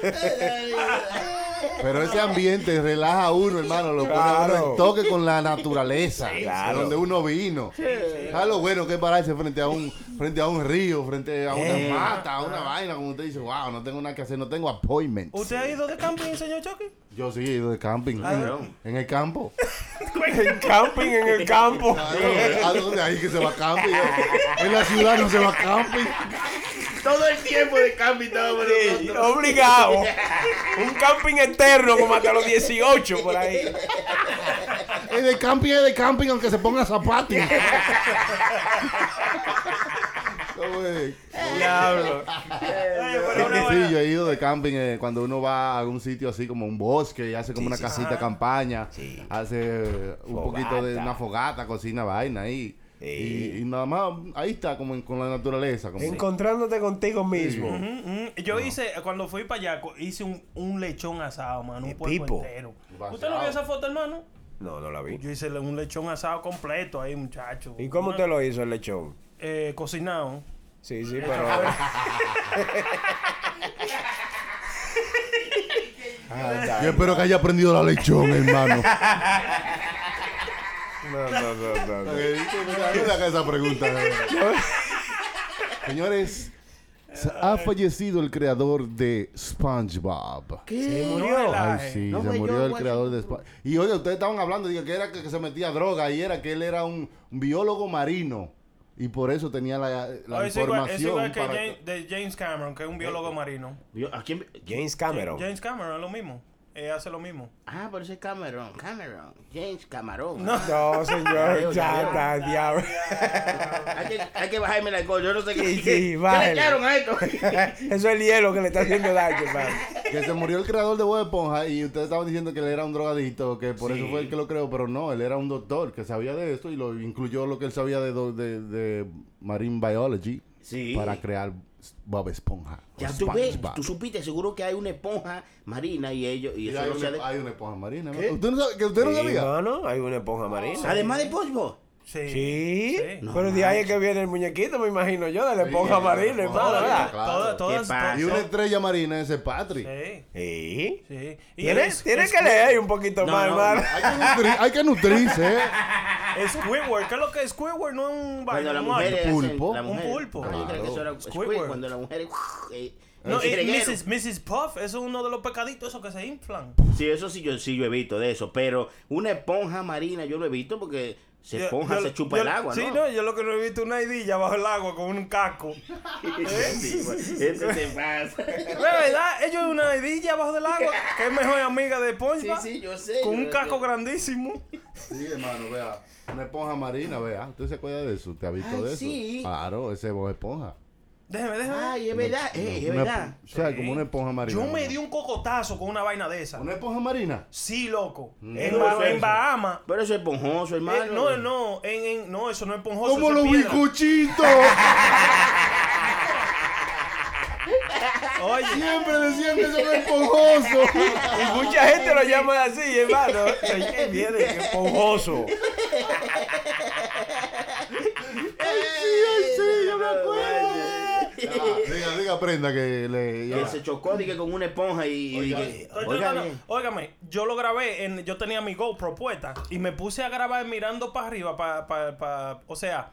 E: Pero ese ambiente relaja a uno, hermano. Lo pone a uno
H: Claro.
E: en toque con la naturaleza.
H: Claro.
E: Donde uno vino. ¿Sabes lo bueno que es pararse frente a un, frente a un río, frente a una
F: Eh.
E: mata, a una vaina? Como usted dice, wow, no tengo nada que hacer, no tengo appointment.
F: ¿Usted ha ido de camping, señor Chucky?
E: Yo sí he ido de camping.
F: Claro.
E: En el campo.
H: [laughs] En camping, en el campo.
E: [laughs] Claro, ¿A dónde hay que se va a camping? En la ciudad no se va a camping.
I: Todo el tiempo de camping estaba por
H: Sí, obligado. Un camping eterno como hasta los 18 por ahí.
E: Es de camping, es de camping, aunque se ponga
H: [laughs]
E: zapatos. ¿Cómo es? [laughs]
F: Diablo.
E: Sí, sí, yo he ido de camping eh, cuando uno va a algún sitio así como un bosque y hace como
H: Sí,
E: una
H: sí,
E: casita
H: sí.
E: campaña, hace eh, un
H: Fogata.
E: poquito de una fogata, cocina, vaina ahí. Y, y nada más ahí está como en- con la naturaleza. Como
H: Encontrándote contigo mismo.
F: Ujú, ujú. Mm, Yo hice, cuando fui para allá, co- hice un, un lechón asado, mano. Un puerco
H: tipo?
F: entero. ¿Usted no vio esa foto, hermano?
H: No, no la vi.
F: Yo hice un lechón asado completo ahí, muchacho.
H: ¿Y cómo
F: Una-
H: usted lo hizo el lechón?
F: Eh, cocinado.
H: Sí, sí, pero.
E: [laughs]
H: Ah, está
E: Yo
H: bien.
E: espero que haya aprendido la lechón, hermano.
H: No, no, no, no, no.
E: No le haga esa pregunta. Señores, se- ha fallecido el creador de SpongeBob.
H: Se
F: No
H: murió.
F: relaje.
E: Ay, sí,
I: No
E: se
I: fue
E: murió
I: yo,
E: el
I: Washington.
E: creador de SpongeBob. Y oye, ustedes estaban hablando, digo, que era que, que se metía droga y era que él era un biólogo marino. Y por eso tenía la, la
F: Oh, es igual, es
E: información.
F: igual que
E: para- Eh,
F: James, de James Cameron, que es un biólogo marino.
I: Yo, ¿a quién?
H: James Cameron.
F: James Cameron es lo mismo. Eh, hace lo mismo.
I: Ah, pero ese es Cameron, Cameron, James Cameron.
H: No, señor, ya está, diablo.
I: Hay que, hay que bajarme el alcohol, yo no sé qué.
H: Sí, sí,
I: qué- ¿Qué le
H: bájale.
I: echaron a esto?
H: Eso
E: [laughs]
H: es el hielo que le está haciendo [laughs] daño, hermano.
E: Que se murió el creador de Bob Esponja y ustedes estaban diciendo que él era un drogadicto, que por eso fue el que lo creó, pero no, él era un doctor que sabía de esto y lo incluyó lo que él sabía de, do- de, de Marine Biology
I: Sí.
E: para crear Bob Esponja. o
I: Ya tú ves,
E: SpongeBob.
I: tú supiste, seguro que hay una esponja marina y ellos. Y
E: Y
I: eso
E: hay,
I: no se ha de-
E: una, hay una esponja marina. ¿no? ¿Usted no sabe, que usted no
H: Sí,
E: sabía?
H: hermano, hay una esponja marina.
I: Además de Posbo.
F: Sí.
H: Sí. Pero de ahí es que viene el muñequito, me imagino yo, de la esponja amarilla, hermano,
E: Claro,
H: ¿verdad?
E: claro.
F: todas- ¿Qué pasa?
E: Y una estrella marina ese Patrick.
H: Sí.
F: Sí.
H: Tienes, tienes que leer un poquito más, hermano.
E: Hay que nutri- Hay que
I: [laughs]
E: nutrirse, ¿eh?
F: Squidward, ¿qué es lo que es Squidward? No es un
I: Cuando
F: vaina,
I: las
F: un vaina.
I: mujeres. hacen- las
F: Un
I: mujeres-
F: pulpo.
I: Ah, yo creo que eso era Squidward. Cuando las mujeres. eh,
F: No,
I: el
F: y
I: reguero.
F: Mrs. Mrs. Puff, eso es uno de los pecaditos esos que se inflan.
I: Sí, eso sí yo, sí yo he visto de eso. Pero una esponja marina yo lo he visto porque se
F: Yo-
I: esponja,
F: yo-
I: se chupa
F: yo-
I: el agua,
F: Sí,
I: ¿no? [laughs]
F: no, eh. yo lo que no he visto es una idilla bajo el agua con un casco.
I: Sí, bueno, eso se
F: De
I: pasa.
F: [laughs] verdad, ellos es una idilla bajo el agua, que es mejor amiga de Poncha.
I: Sí, sí, yo sé,
F: Con
I: yo
F: un
I: lo
F: casco grandísimo.
E: Sí, hermano, vea. Una esponja marina, vea. ¿Usted se acuerda de eso? ¿Usted ha visto
I: Ay,
E: de eso?
I: sí.
E: Claro, ese es Bob esponja.
F: Déjeme, déjeme.
I: Ay, es verdad, eh, es
E: Una-
I: verdad.
E: O sea, como una esponja marina.
F: Yo me di un cocotazo con una vaina de esa. ¿Una
E: esponja marina?
F: Sí, loco. En,
I: Pero
F: Ba-
I: eso
F: en
I: es-
F: Bahamas.
I: Pero eso es esponjoso, hermano.
F: Eh, no, no, en, en- no, eso no es esponjoso.
E: ¡Como
F: eso es
E: los
F: piedra.
E: bicuchitos!
F: Oye.
E: Siempre decían que eso era esponjoso.
H: Y mucha gente lo llama así,
F: [laughs]
H: hermano. Oye, qué bien, qué esponjoso.
E: ¡Ay, sí, ay, sí! ¡Yo me acuerdo! Ya, Ah, diga, diga, prenda que le.
I: Que se chocó dije, con una esponja y... y dije,
F: No, no,
I: oiga,
F: no, no.
H: eh.
I: bien.
F: Óigame, yo lo grabé, en, yo tenía mi GoPro puesta y me puse a grabar mirando para arriba, para, o sea,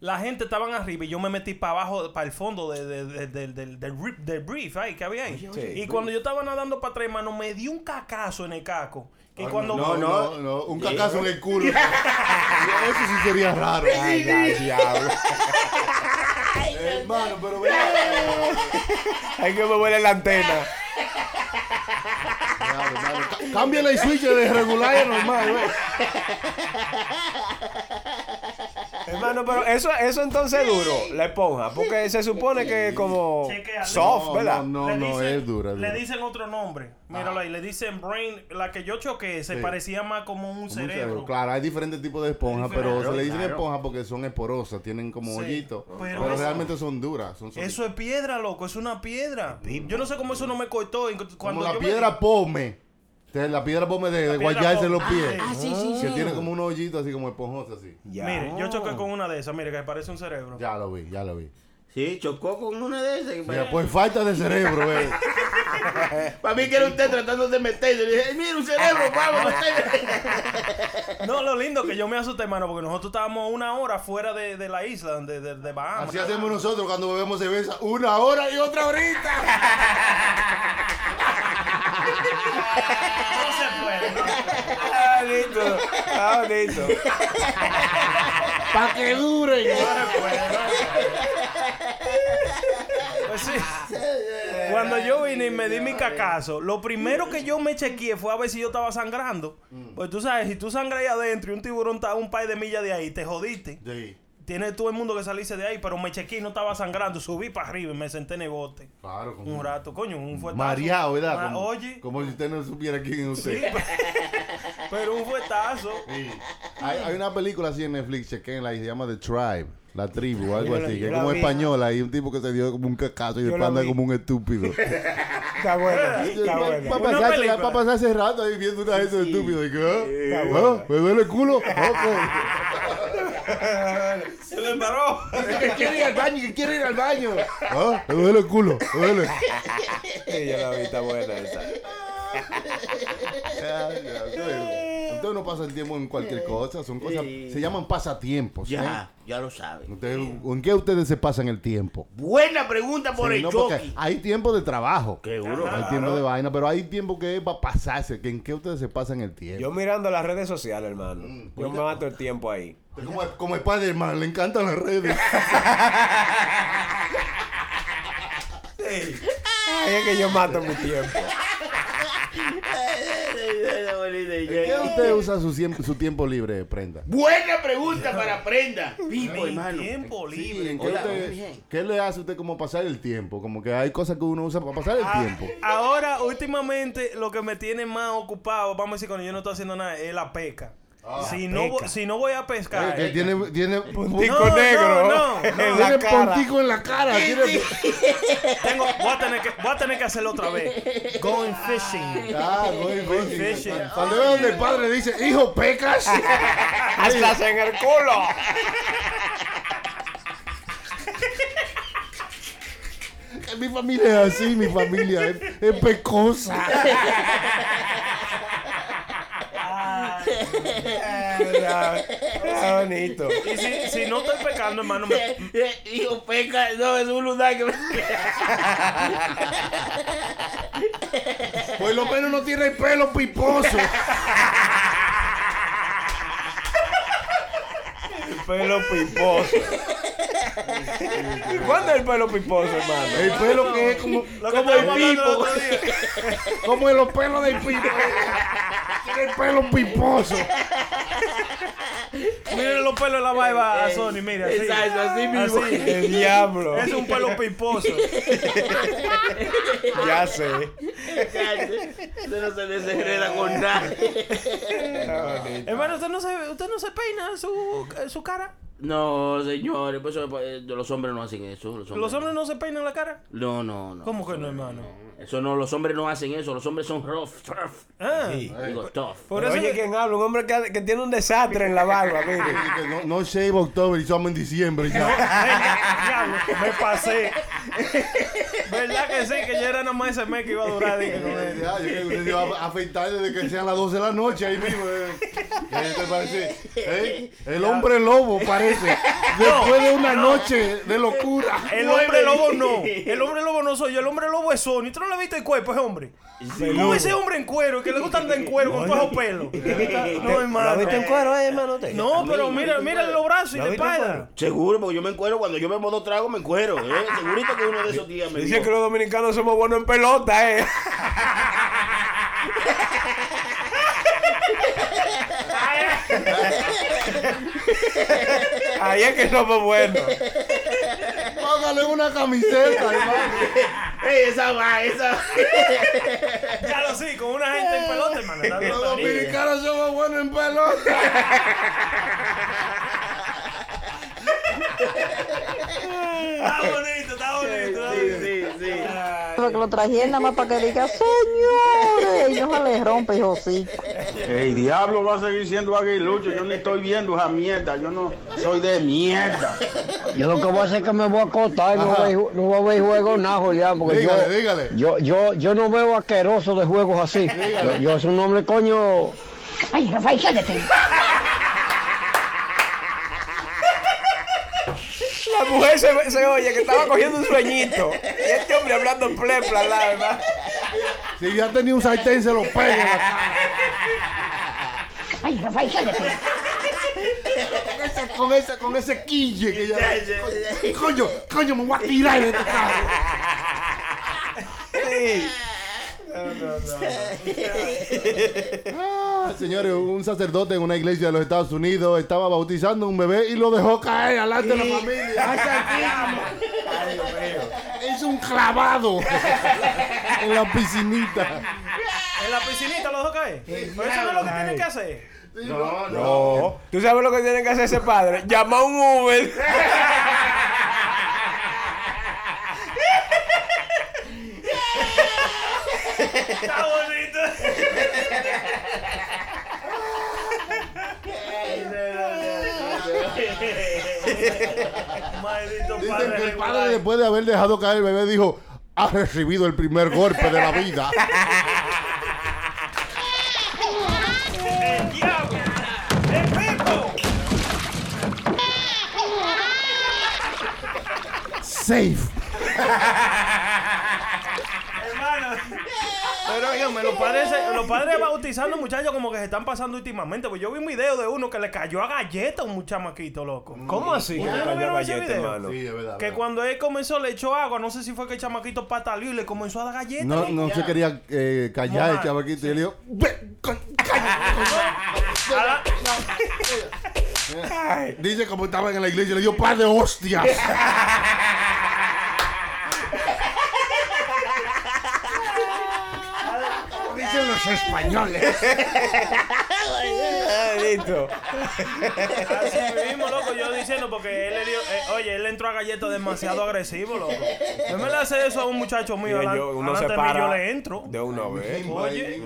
F: la gente estaban arriba y yo me metí para abajo, para el fondo de- de- de- de- del, del rip- del brief ahí, que había ahí.
E: oye,
F: y
E: brief.
F: cuando yo estaba nadando para atrás, hermano, me di un cacazo en el caco. Que
E: Ah,
F: cuando
E: no, no, no, no, un cacazo en el
F: [laughs]
E: culo. Eso sí sería raro.
F: Ay, ay, diablo.
E: Hermano, pero vea.
H: [laughs] Hay que me huele la antena.
E: Cámbiale el switch de regular a normal, güey.
H: Hermano, pero eso, eso entonces es duro, la esponja, porque se supone que es como
F: Chequea,
H: soft,
F: no,
H: ¿verdad?
E: No, no, es dura.
F: Le
E: dura. Ah.
F: dicen otro nombre, míralo ahí, le dicen brain, la que yo choqué, se
E: Sí.
F: parecía más como un
E: Como un
F: cerebro.
E: cerebro. Claro, hay diferentes tipos de esponjas, pero
F: Claro,
E: se le dicen
F: claro.
E: esponjas porque son esporosas, tienen como
F: Sí,
E: hoyitos.
F: pero
E: Pero,
F: eso-
E: realmente son duras. Son
F: Eso es piedra, loco, es una piedra. Yo no sé cómo eso no me cortó. y cu- Cuando
E: como la
F: yo me-
E: piedra pues, pome. Entonces, La piedra pome de, de guayarse
F: pome.
E: los pies.
F: Ah, ah, sí, sí,
E: Que
F: sí.
E: tiene como un hoyito así como esponjoso así.
F: Mire, yo choqué con una de esas, mire, que parece un cerebro.
E: Ya lo vi, ya lo vi.
I: Sí, chocó con una de esas.
E: Mira, por falta de cerebro, eh. güey.
I: Para mí que era usted tratando de meterse. Le dije, mira, un cerebro, vamos.
F: No, lo lindo que yo me asusté, hermano, porque nosotros estábamos una hora fuera de, de la isla, de, de, de Bahamas.
E: Así hacemos nosotros cuando bebemos cerveza. Una hora y otra horita.
H: Ah, listo. Ah, listo.
I: Para que dure.
F: Pues sí. Cuando yo vine y me di mi cacazo, lo primero que yo me chequeé fue a ver si yo estaba sangrando.
E: Mm.
F: Pues tú sabes, si tú sangras ahí adentro y un tiburón está a un par de millas de ahí, te jodiste. Tiene todo el mundo que salirse de ahí, pero me chequeé y no estaba sangrando. Subí para arriba y me senté en el bote.
E: Claro, como-
F: Un rato, coño, un fuetazo.
E: Mareado, ¿verdad?
F: Ma-
E: Como,
F: Oye,
E: como si usted no supiera quién es usted.
F: [laughs] pero un fuetazo.
E: Hay, hay una película así en Netflix, chequenla, y se llama The Tribe, la tribu, algo
H: Yo la-
E: así, que
H: yo
E: es
H: la
E: como
H: vi.
E: española, y un tipo que se dio como un cacazo y
H: Yo
E: después
H: la
E: anda
H: vi.
E: como un estúpido.
H: Está
F: [laughs]
H: bueno, está bueno.
E: Para pasarse, pa' pasarse rato ahí viendo una de esos estúpidos, y que, ¿ah?
H: Está
E: ¿Ah?
H: buena.
E: ¿Me duele el culo? Ok.
F: [laughs] Se le paró.
I: Que quiere ir al baño, que quiere ir al baño.
E: ¿Ah? ¿Me duele el culo? ¿Me
I: [laughs]
E: duele?
H: Sí, yo la vi, está buena esa.
E: Ay, ya, bueno. Entonces uno pasa el tiempo en cualquier cosa, son cosas, se llaman pasatiempos.
I: Ya,
E: ¿eh?
I: ya lo sabe.
E: Ustedes- ¿En qué ustedes se pasan el tiempo?
I: Buena pregunta por
E: Sí,
I: el
E: no, porque
I: jockey.
E: hay tiempo de trabajo.
I: Seguro.
E: Hay
I: [laughs] Claro.
E: tiempo de vaina, pero hay tiempo que es para pasarse. que ¿En qué ustedes se pasan el tiempo?
H: Yo mirando las redes sociales, hermano. Yo me mato el tiempo ahí.
E: Es como, como Spider-Man, le encantan las redes.
H: Ahí es que yo mato mi tiempo.
E: ¿En qué usted usa su, siem- su tiempo libre, Prenda?
I: Buena pregunta para prenda. Pipo,
F: Mi
I: pues, hermano.
F: tiempo libre.
E: ¿En qué, usted- qué le hace a usted como pasar el tiempo? Como que hay cosas que uno usa para pasar el tiempo.
F: Ahora, últimamente, lo que me tiene más ocupado, vamos a decir, cuando yo no estoy haciendo nada, es la peca. Si no, vo- si no voy a pescar.
E: Que Eh, tiene, tiene
F: Puntico negro en la
E: tiene
F: cara.
E: puntico en la cara. tiene-
F: Tengo, voy, a tener que, voy a tener que hacerlo otra vez.
H: [laughs]
F: Going fishing.
E: Ah, going
F: fishing.
E: Cuando veo donde el padre dice, hijo, pecas.
H: ¡Estás en el culo!
E: [laughs] mi familia es así, mi familia es, es pecosa.
H: Está bonito.
F: Y si, si no estoy pecando, hermano, me-
I: Eh, Hijo, peca, no, es un lunar que me...
E: Por lo menos Pues no tiene el pelo piposo.
H: Pelo piposo. ¿Cuándo es el pelo piposo, hermano?
E: El pelo que es como, como el pipo. como los pelos del pipo. Tiene el pelo piposo.
F: Miren los pelos de la barba a Sony, mira. Así.
I: Exacto, así mismo.
F: Así.
H: El diablo.
F: Es un pelo piposo.
H: Ya sé.
I: Usted no se desenreda con nada.
F: Hermano, usted no se, usted no se peina su, su cara.
I: No, señores, pues, eso, eh, los hombres no hacen eso. Los hombres,
F: Los hombres no se peinan la cara.
I: No, no, no.
F: ¿Cómo que no, hermano?
I: Eso no, los hombres no hacen eso. Los hombres son rough, tough.
F: Ah.
I: Sí, digo, tough.
F: Por
H: Pero
F: eso
H: Oye,
F: que-
H: ¿quién habla? Un hombre que, que tiene un desastre en la barba, mire.
E: No, no shave October y somos en diciembre ya.
F: [laughs] Diablo, me pasé. [laughs] ¿Verdad que sí? Que ya era nada más ese mes que iba a durar. dije, con
E: [laughs]
F: él.
E: Ya, yo creo que usted se va a afeitar desde que sean las 12 de la noche ahí mismo. eh. ¿Qué te parece? Eh, El hombre lobo parece. Después de una noche de locura.
F: El hombre lobo no. El hombre lobo no soy yo. El hombre lobo es Sony. ¿Tú no le viste el cuerpo ese hombre? ¿Cómo ese hombre en cuero? Que le gusta andar en cuero con todos los
H: [laughs]
F: pelos. No, hermano.
H: ¿Lo viste en cuero, eh, hermano? Te-
F: No, pero
I: Amigo,
F: mira,
I: ¿tú
F: mira
I: puedes?
F: los brazos y
H: ¿Lo
F: la
H: viste en
F: espalda.
I: Seguro, porque yo me encuero cuando yo bebo dos tragos, me encuero. ¿eh? Segurito que uno de esos días me
H: Dicen
I: dijo.
H: que los dominicanos somos buenos en pelota, eh. Ahí es que somos buenos.
E: Póngale una camiseta, hermano.
I: ¡Ey, esa va, esa va!
F: [laughs] Ya lo sí, con una gente en
H: [laughs]
F: pelota, hermano. Está bien,
E: Los
F: está bien.
E: dominicanos somos buenos en pelota.
F: Está bonito, está bonito. está bonito.
I: Sí, sí.
O: Pero que lo trajeron nada más para que diga, señores, y no se le rompe, hijo, sí.
G: El diablo va a seguir siendo aguilucho. Yo ni estoy viendo esa mierda. Yo no soy de mierda.
J: Yo lo que voy a hacer es que me voy a acostar y no
G: Ajá.
J: voy, a ju- no voy a ver juegos nada, Julián, porque
E: Dígale,
J: yo,
E: dígale.
J: Yo, yo, yo no veo asqueroso de juegos así. Yo, yo es un hombre, coño.
O: Ay, Rafael, cállate.
H: La mujer se, se oye que estaba cogiendo un sueñito. Y este hombre hablando en plepla, la verdad.
E: Si ya tenía un sartén, se lo pega en la cara.
O: Ay, Rafael, cállate.
E: Con ese, con ese, con ese quille que ya.
I: Ya, ya, ya.
E: Coño, coño, me voy a tirar de este carro.
H: Sí.
E: Ah, Señores, un sacerdote en una iglesia de los Estados Unidos estaba bautizando a un bebé y lo dejó caer alante de la familia. Es un clavado [laughs] en la piscinita.
F: En la piscinita los dos caen. Pero eso no es lo que tienen que hacer.
E: No,
H: No. ¿Tú sabes lo que tiene que hacer ese padre? Llama a un Uber.
F: Está bonito. Maldito
E: Dicen que
F: padre.
E: el padre, después de haber dejado caer el bebé, dijo: Ha recibido el primer golpe de la vida.
F: ¡El diablo! ¡El pipo!
E: Safe.
F: Hermano. Pero dígame, los padres, se- los padres bautizando muchachos como que se están pasando últimamente. Pues yo vi un video de uno que le cayó a galleta a un chamaquito, loco.
H: ¿Cómo así?
F: ¿Ustedes no vieron ese video?
E: Sí, de verdad.
F: Que cuando él comenzó le echó agua, no sé si fue que el chamaquito pataleó y le comenzó a dar galletas.
E: No, no se quería eh, callar el
F: Mojar.
E: chavaquito y le dijo:
F: A la-
E: Dice como estaban en la iglesia, le dio par de [laughs] hostias. Dicen
P: los
E: los
P: españoles.
H: Listo.
F: Así mismo, loco, yo diciendo porque él le dio. eh, oye, él entró a galleta demasiado agresivo, loco. No me le hace eso a un muchacho mío.
H: Mira,
F: adelante-
H: yo, uno se
F: adelante de
H: para
F: mí, yo le entro.
H: de una vez.
F: Oye,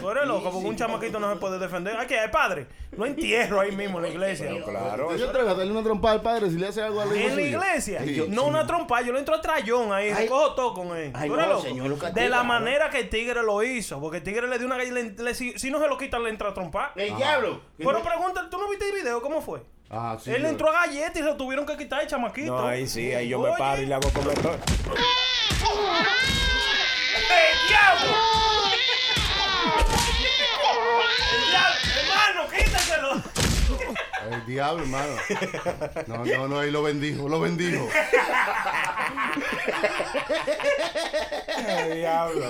F: tú eres loco porque un chamaquito no se puede defender. Aquí hay padre. Lo entierro ahí mismo en la iglesia.
E: Tú le atreves a darle una trompada al padre si le hace algo al hijo
F: En la
E: suyo?
F: iglesia.
E: Sí. Yo-
F: no una trompa, yo le entro a trayón ahí, recojo todo con él.
E: Ay,
F: ¿Tú eres
E: no,
F: loco?
E: señor, lo castiga,
F: de la
E: ¿no?
F: manera que el tigre lo hizo, porque el tigre le dio una gall- le- le- si, si no se lo Pues, quitan, le entra a trompar.
E: Eh,
I: El diablo.
F: Pero pregúntale, ¿tú no viste el video? ¿Cómo fue?
E: Ah,
F: Él le entró a galleta y se lo tuvieron que quitar el chamaquito.
H: No, ahí sí, ahí yo
F: Oye,
H: me paro y le hago comer todo.
F: ¡El ¡Eh, diablo! [laughs] ¡El diablo! ¡Hermano, quítaselo!
E: El diablo, [laughs] hermano. No, no, no, ahí lo bendijo, lo bendijo.
H: El ¡Eh, diablo.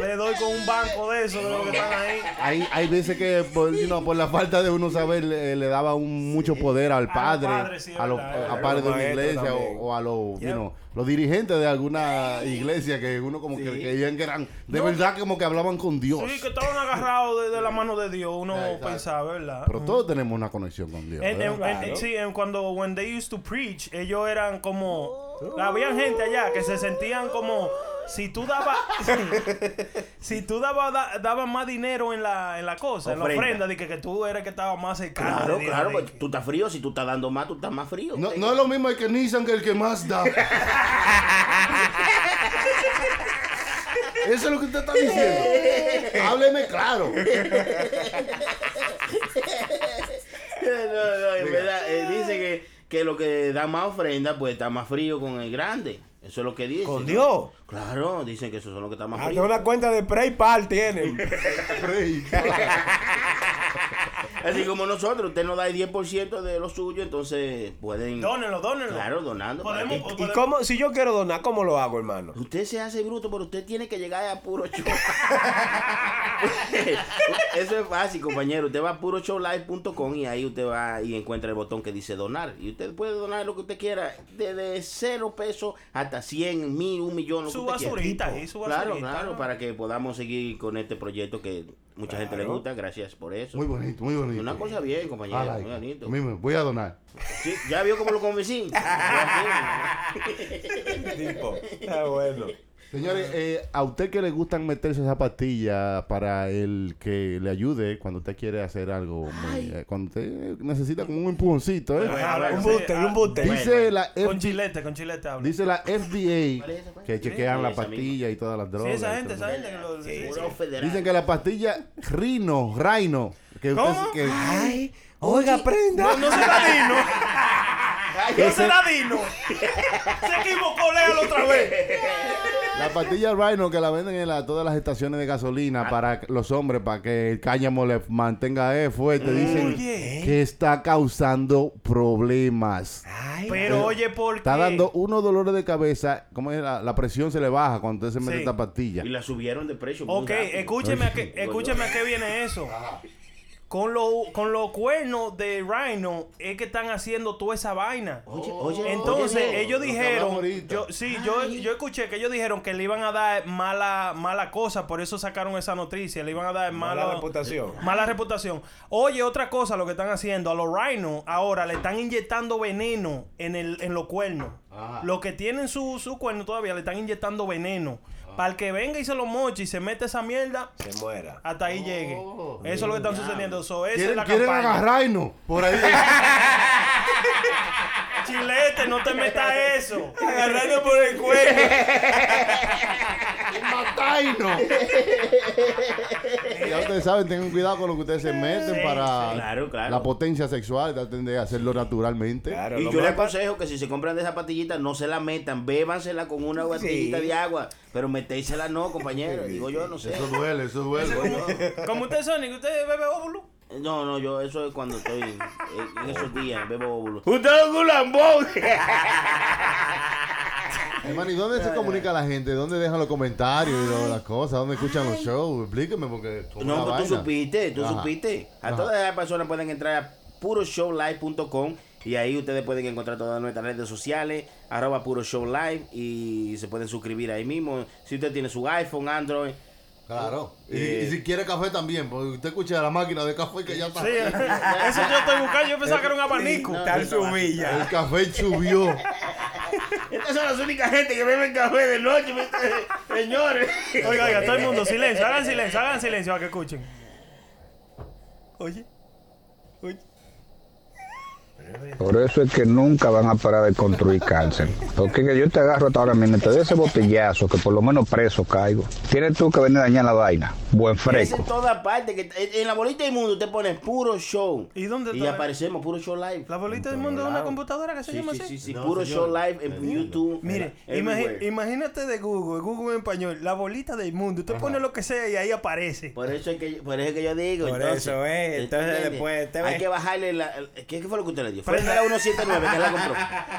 F: Le doy con un banco de eso, de los que están ahí.
E: Hay, hay veces que por, you know, por la falta de uno saber le, le daba un, mucho poder al padre, a los
F: padres, sí, es
E: a los
F: verdad, es verdad.
E: padres de
F: A
E: una
F: los
E: iglesia
F: maestros
E: o, o a los, you know, los dirigentes de alguna iglesia que uno como que creían que eran de verdad como que hablaban con Dios.
F: Sí, que estaban agarrados de, de la mano de Dios, uno pensaba, ¿verdad?
E: Pero todos tenemos una conexión con Dios.
F: En- en- en-
E: ¿verdad?
F: sí, en cuando when they used to preach, ellos eran como
H: Oh.
F: habían gente allá que se sentían como si tú dabas [laughs] si tú dabas da- dabas más dinero en la en la cosa, en la
I: Ofrenda.
F: ofrenda, de que, que tú eras el que estaba más cercano.
I: Claro,
F: de Dios,
I: claro, pues,
F: de-
I: porque tú estás frío. Si tú estás dando más, tú estás más frío.
E: No, no es lo mismo el que Nissan que el que más
F: [laughs]
E: da. Eso es lo que usted está diciendo. Hábleme
F: [laughs]
E: claro.
I: [laughs] No, no, en verdad, eh, dice que, que lo que da más ofrenda, pues está más frío con el grande. Eso es lo que dice. ¿Con
H: Dios?
I: Claro, dicen que eso es lo que está
F: Ah,
I: más
H: Hasta
I: frío.
H: Ah, una cuenta de PayPal tienen.
I: Así como nosotros, usted nos da el 10% de lo suyo, entonces
F: [laughs]
I: pueden.
F: Dónenlo, dónenlo.
I: Claro, donando.
H: ¿Y, y cómo? Si yo quiero donar, ¿cómo lo hago, hermano?
I: Usted se hace bruto, pero usted tiene que llegar a
E: [laughs]
I: puro show. [laughs] Eso es fácil, compañero. Usted va a puroshowlive.com y ahí usted va y encuentra el botón que dice donar. Y usted puede donar lo que usted quiera, desde cero pesos hasta 100, mil, un millón, lo
F: Su
I: que usted
F: basurita
I: quiera.
F: ahí, su
I: Claro,
F: basurita.
I: claro, para que podamos seguir con este proyecto que mucha gente le
E: Claro.
I: gusta. Gracias por eso.
E: Muy bonito, muy bonito.
I: Una cosa bien, compañero.
E: I like
I: muy
E: it.
I: bonito.
E: Mismo, voy a donar.
I: Sí, ya vio cómo
E: [laughs]
I: lo convencí.
H: tipo,
I: Ah,
H: está bueno.
E: Señores, eh, a usted que le gustan meterse esa pastilla para el que le ayude cuando usted quiere hacer algo, muy- eh, cuando usted necesita como un empujoncito, ¿eh?
H: Pues,
F: Bueno, bueno, sí, ah,
E: Dice la
F: con
E: F-
F: chilete, con chilete habla.
E: Dice la FDA
F: ¿Cuál es esa, cuál es?
E: que
F: Sí,
E: chequean la
F: esa
E: pastilla y todas las
F: Sí,
E: drogas. y
F: esa gente,
E: todo.
F: esa gente que lo sí, sí.
E: Dicen que la pastilla Rino, Rhino, que usted
F: ¿Cómo?
E: que-
H: Oiga, prenda.
F: No, no será Dino.
E: Ese-
F: No será Dino. Se equivocó, léalo otra vez.
E: la pastilla Rhino que la venden en la- todas las estaciones de gasolina para que- los hombres para que el cáñamo le mantenga eh, fuerte, dicen
F: Oye.
E: que está causando problemas.
F: Pero oye, ¿por
E: Está
F: qué?
E: dando unos dolores de cabeza, como es la, la presión se le baja cuando usted se mete
F: Sí.
E: esta pastilla.
I: Y la subieron de precio. muy
F: Ok,
I: rápido.
F: escúcheme a qué, escúcheme a qué viene eso. Con los con los cuernos de Rhino es que están haciendo toda esa vaina.
I: Oh, oye,
F: Entonces,
I: oye,
F: ellos
I: lo que hablamos
F: dijeron,
I: ahorita.
F: yo, sí, yo, yo escuché que ellos dijeron que le iban a dar mala, mala cosa, por eso sacaron esa noticia, le iban a dar mala,
H: Mala reputación.
F: Mala reputación. Oye, otra cosa lo que están haciendo, a los Rhino ahora le están inyectando veneno en el, en los cuernos. Los que tienen su, su cuerno todavía le están inyectando veneno. Para el que venga y se lo moche y se mete esa mierda,
H: Ah. Se muera. Oh,
F: hasta ahí llegue. Eso es lo que están sucediendo. So, esa es
E: Quieren,
F: la
E: quieren
F: campaña.
E: a Rhino por [laughs] ahí.
F: [laughs] Chilete, no te metas
H: [laughs]
F: eso.
H: Agarrando por el cuello.
E: Mataino. Ya ustedes saben, tengan cuidado con lo que ustedes se meten
I: Sí,
E: para
I: sí. [laughs] Claro, claro.
E: la potencia sexual, traten de hacerlo naturalmente.
I: y yo les aconsejo que si se compran de esa pastillita, no se la metan, bébansela con una botellita de agua, pero metéisela no, compañero. Digo yo, no sé.
E: Eso duele, eso duele.
F: [laughs] Como usted, Sonic, usted bebe óvulo.
I: No, no, yo eso es cuando estoy en, en esos
E: Oh.
I: días, bebo óvulo. ¡Usted es un lambón!
E: Hermano, ¿y dónde se comunica la gente? ¿Dónde dejan los comentarios y lo- las cosas? ¿Dónde escuchan los shows? Explíqueme porque... ¿cómo es la
I: No, pero tú
E: vaina?
I: supiste, tú
E: Ajá.
I: supiste. A
E: Ajá.
I: todas las personas pueden entrar a puroshowlive.com y ahí ustedes pueden encontrar todas nuestras redes sociales, arroba puro show live y se pueden suscribir ahí mismo. Si usted tiene su iPhone, Android,
E: Claro. Y,
P: Eh.
E: y si quiere café también, porque usted escucha la máquina de café que ya está.
F: Sí, [laughs]
I: [laughs]
F: eso yo estoy buscando, yo pensaba que era un abanico.
E: Tal subilla. El café subió.
I: Estas son las únicas gente que beben café de noche,
F: eh,
I: señores.
F: Oiga, oiga, todo el mundo, silencio, hagan silencio, hagan silencio para que escuchen. Oye, oye.
Q: Por eso es que nunca van a parar de construir cárcel. Porque que yo te agarro hasta ahora mismo, te doy ese botellazo que por lo menos preso caigo. Tienes tú que venir a dañar la vaina. Buen
I: Es en
Q: fresco.
I: toda parte. Que, en- en la bolita del mundo te pones puro show.
F: ¿Y dónde
I: Y
F: está la-
I: aparecemos puro show live.
F: La bolita del mundo es una computadora que se
I: Sí,
F: llama
I: sí,
F: así.
I: sí, sí, No, puro señor. show live en YouTube.
F: Mire,
I: Everywhere.
F: imagi- imagínate de Google, Google en español, la bolita del mundo. Usted pone lo que sea y ahí aparece. [laughs]
I: Por eso es que, por eso es que yo digo.
F: Por
I: entonces,
F: eso es, entonces
I: ¿entiendes?
F: después te
I: Hay
F: ve.
I: que bajarle la. el- ¿Qué, qué fue lo que usted le dio? Fue
F: [laughs]
I: de la 179 que la compró.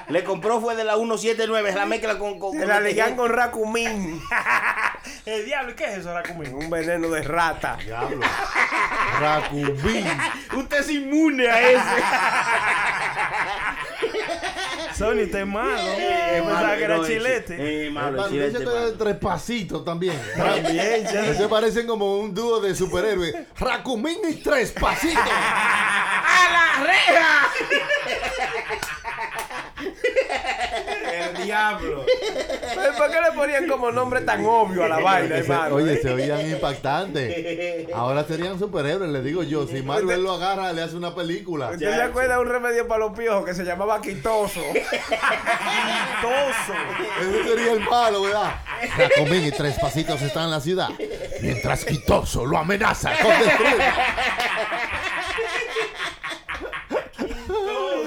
I: Le compró fue de la 179, es la mezcla con. con este,
H: Se
I: ¿eh?
H: la leían con racumín.
F: [laughs] El diablo, ¿qué es eso, racumín?
H: Un veneno de rata.
E: Diablo.
F: [laughs]
E: Racubín.
I: [laughs] Usted es inmune a ese.
F: [laughs] Sony, usted es malo.
I: Eh,
F: Yo pensaba
I: malo,
F: pues, que era
I: no, es-
F: chilete.
I: eh, malo, es
E: También
I: chilete.
E: se
I: malo.
E: queda de tres pasitos
I: [laughs]
E: también.
I: También, ya.
E: Se parecen como un dúo de superhéroes. Racumín y tres pasitos.
I: [laughs] ¡A la reja!
H: El diablo. Pues, ¿Por qué le ponían como nombre tan obvio a la
E: [laughs]
H: vaina,
E: Se-
H: hermano?
E: Oye, se oían
F: [laughs]
E: impactantes. Ahora serían superhéroes, les digo yo. Si Marvel lo agarra, le hace una
F: [laughs]
E: película.
H: ¿Usted se acuerda de un remedio para los piojos que se llamaba quitoso?
F: quitoso.
E: Ese sería el malo, ¿verdad? Racumín y tres pasitos están en la ciudad. Mientras Quitoso lo amenaza con destruir.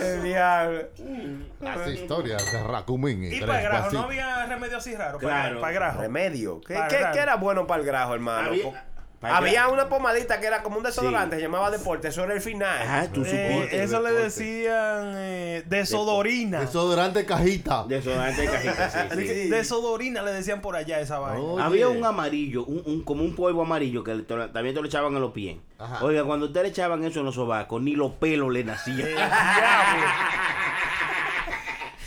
H: El diablo.
E: Las historias de Racumín y,
F: Y
E: tres
F: para el grajo, no
E: pasitos.
F: había remedio así raro. Para el grajo.
H: Remedio. ¿Qué,
F: Para
H: qué-
F: grajo.
H: qué era bueno para el grajo, hermano?
F: Había-
H: Po-
F: para el
H: Había
F: grajo.
H: una pomadita que era como un desodorante, se llamaba deporte, eso era el final.
I: Ah, tú
F: Eh, eso le decían eh, desodorina. Ah,
E: Desodorante cajita.
I: Desodorante cajita, [laughs] sí, sí.
F: Desodorina le decían por allá esa vaina.
I: Había un amarillo, un, un- como un polvo amarillo que le- te lo- también te lo echaban en los pies.
F: Ajá.
I: Oiga, cuando usted le echaban eso en los sobacos, ni los pelos le nacían.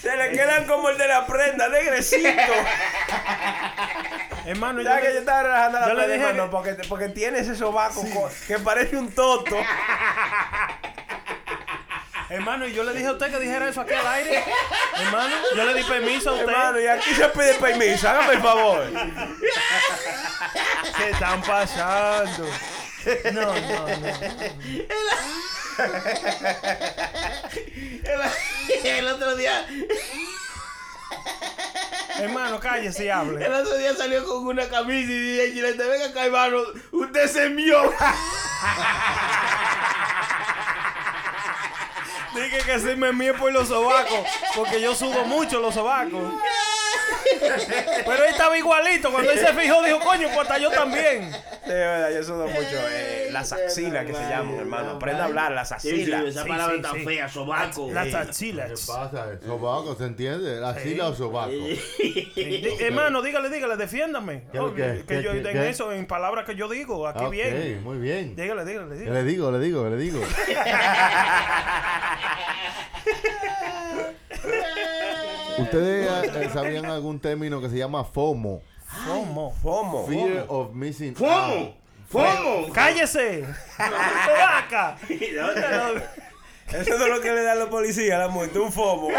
H: Se le quedan como el de la prenda, negrecito.
F: Hermano,
H: ya
F: yo
H: que
F: le-
H: yo estaba relajando la
F: yo le
H: prenda,
F: dije
H: hermano, porque, porque tiene ese sobaco co- que parece un toto.
F: [laughs] Hermano, y yo le dije a usted que dijera eso aquí al aire. Hermano, yo le di permiso a usted.
H: Hermano, y aquí se pide permiso, hágame el favor.
F: Se están pasando. No, no,
I: [laughs] El, el otro día,
F: Hermano, cállese y hable.
I: el otro día salió con una camisa y dice, Chilete, venga acá, hermano, usted se mió.
F: Dije que se me mía por los sobacos, porque yo sudo mucho los sobacos. Pero él estaba igualito. Cuando él se fijó, dijo, coño, pues hasta yo también.
H: De verdad, yo sudo mucho. eh, las axilas que se
E: eh,
H: llaman, hermano. Aprenda a hablar, las
I: Sí, sí,
H: axilas.
I: esa palabra tan fea, sobaco.
F: Las
E: ¿Qué
F: axilas.
E: pasa? Sobaco, ¿se entiende? ¿Axila o sobaco?
F: Di- Hermano, dígale, dígale, defiéndame.
E: ¿Qué,
F: Oh,
E: qué,
F: que
E: qué,
F: yo
E: qué,
F: en
E: qué?
F: eso, en palabras que yo digo, aquí
E: Ah, ok,
F: bien.
E: muy bien.
F: Dígale, dígale, dígale.
E: Le digo, le digo, le digo. ¿Ustedes eh, sabían algún término que se llama FOMO?
F: FOMO.
H: FOMO.
E: Fear of missing out.
F: FOMO.
E: FOMO.
F: [laughs] ¡Cállese! ¡Vaca!
H: Eso es lo que le dan los policías a la muerte, un fomo.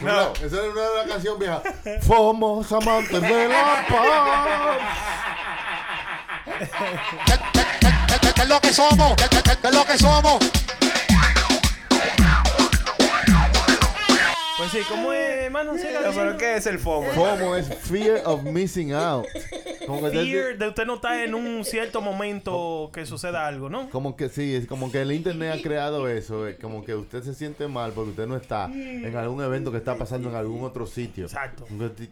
E: No. Esa era una, una canción vieja. FOMO, amantes de la paz.
N: ¿Qué es lo que somos? ¿Qué, qué- qué- qué es lo que somos?
F: Pues sí, ¿cómo es, hermano? Siga
H: Pero,
F: diciendo.
H: ¿qué es el fomo?
E: FOMO es Fear of missing out. Como que,
F: Fear de usted no estar en un cierto momento que suceda algo, ¿no?
E: como que sí, es como que el internet ha creado eso. eh, Como que usted se siente mal porque usted no está en algún evento que está pasando en algún otro sitio. Exacto.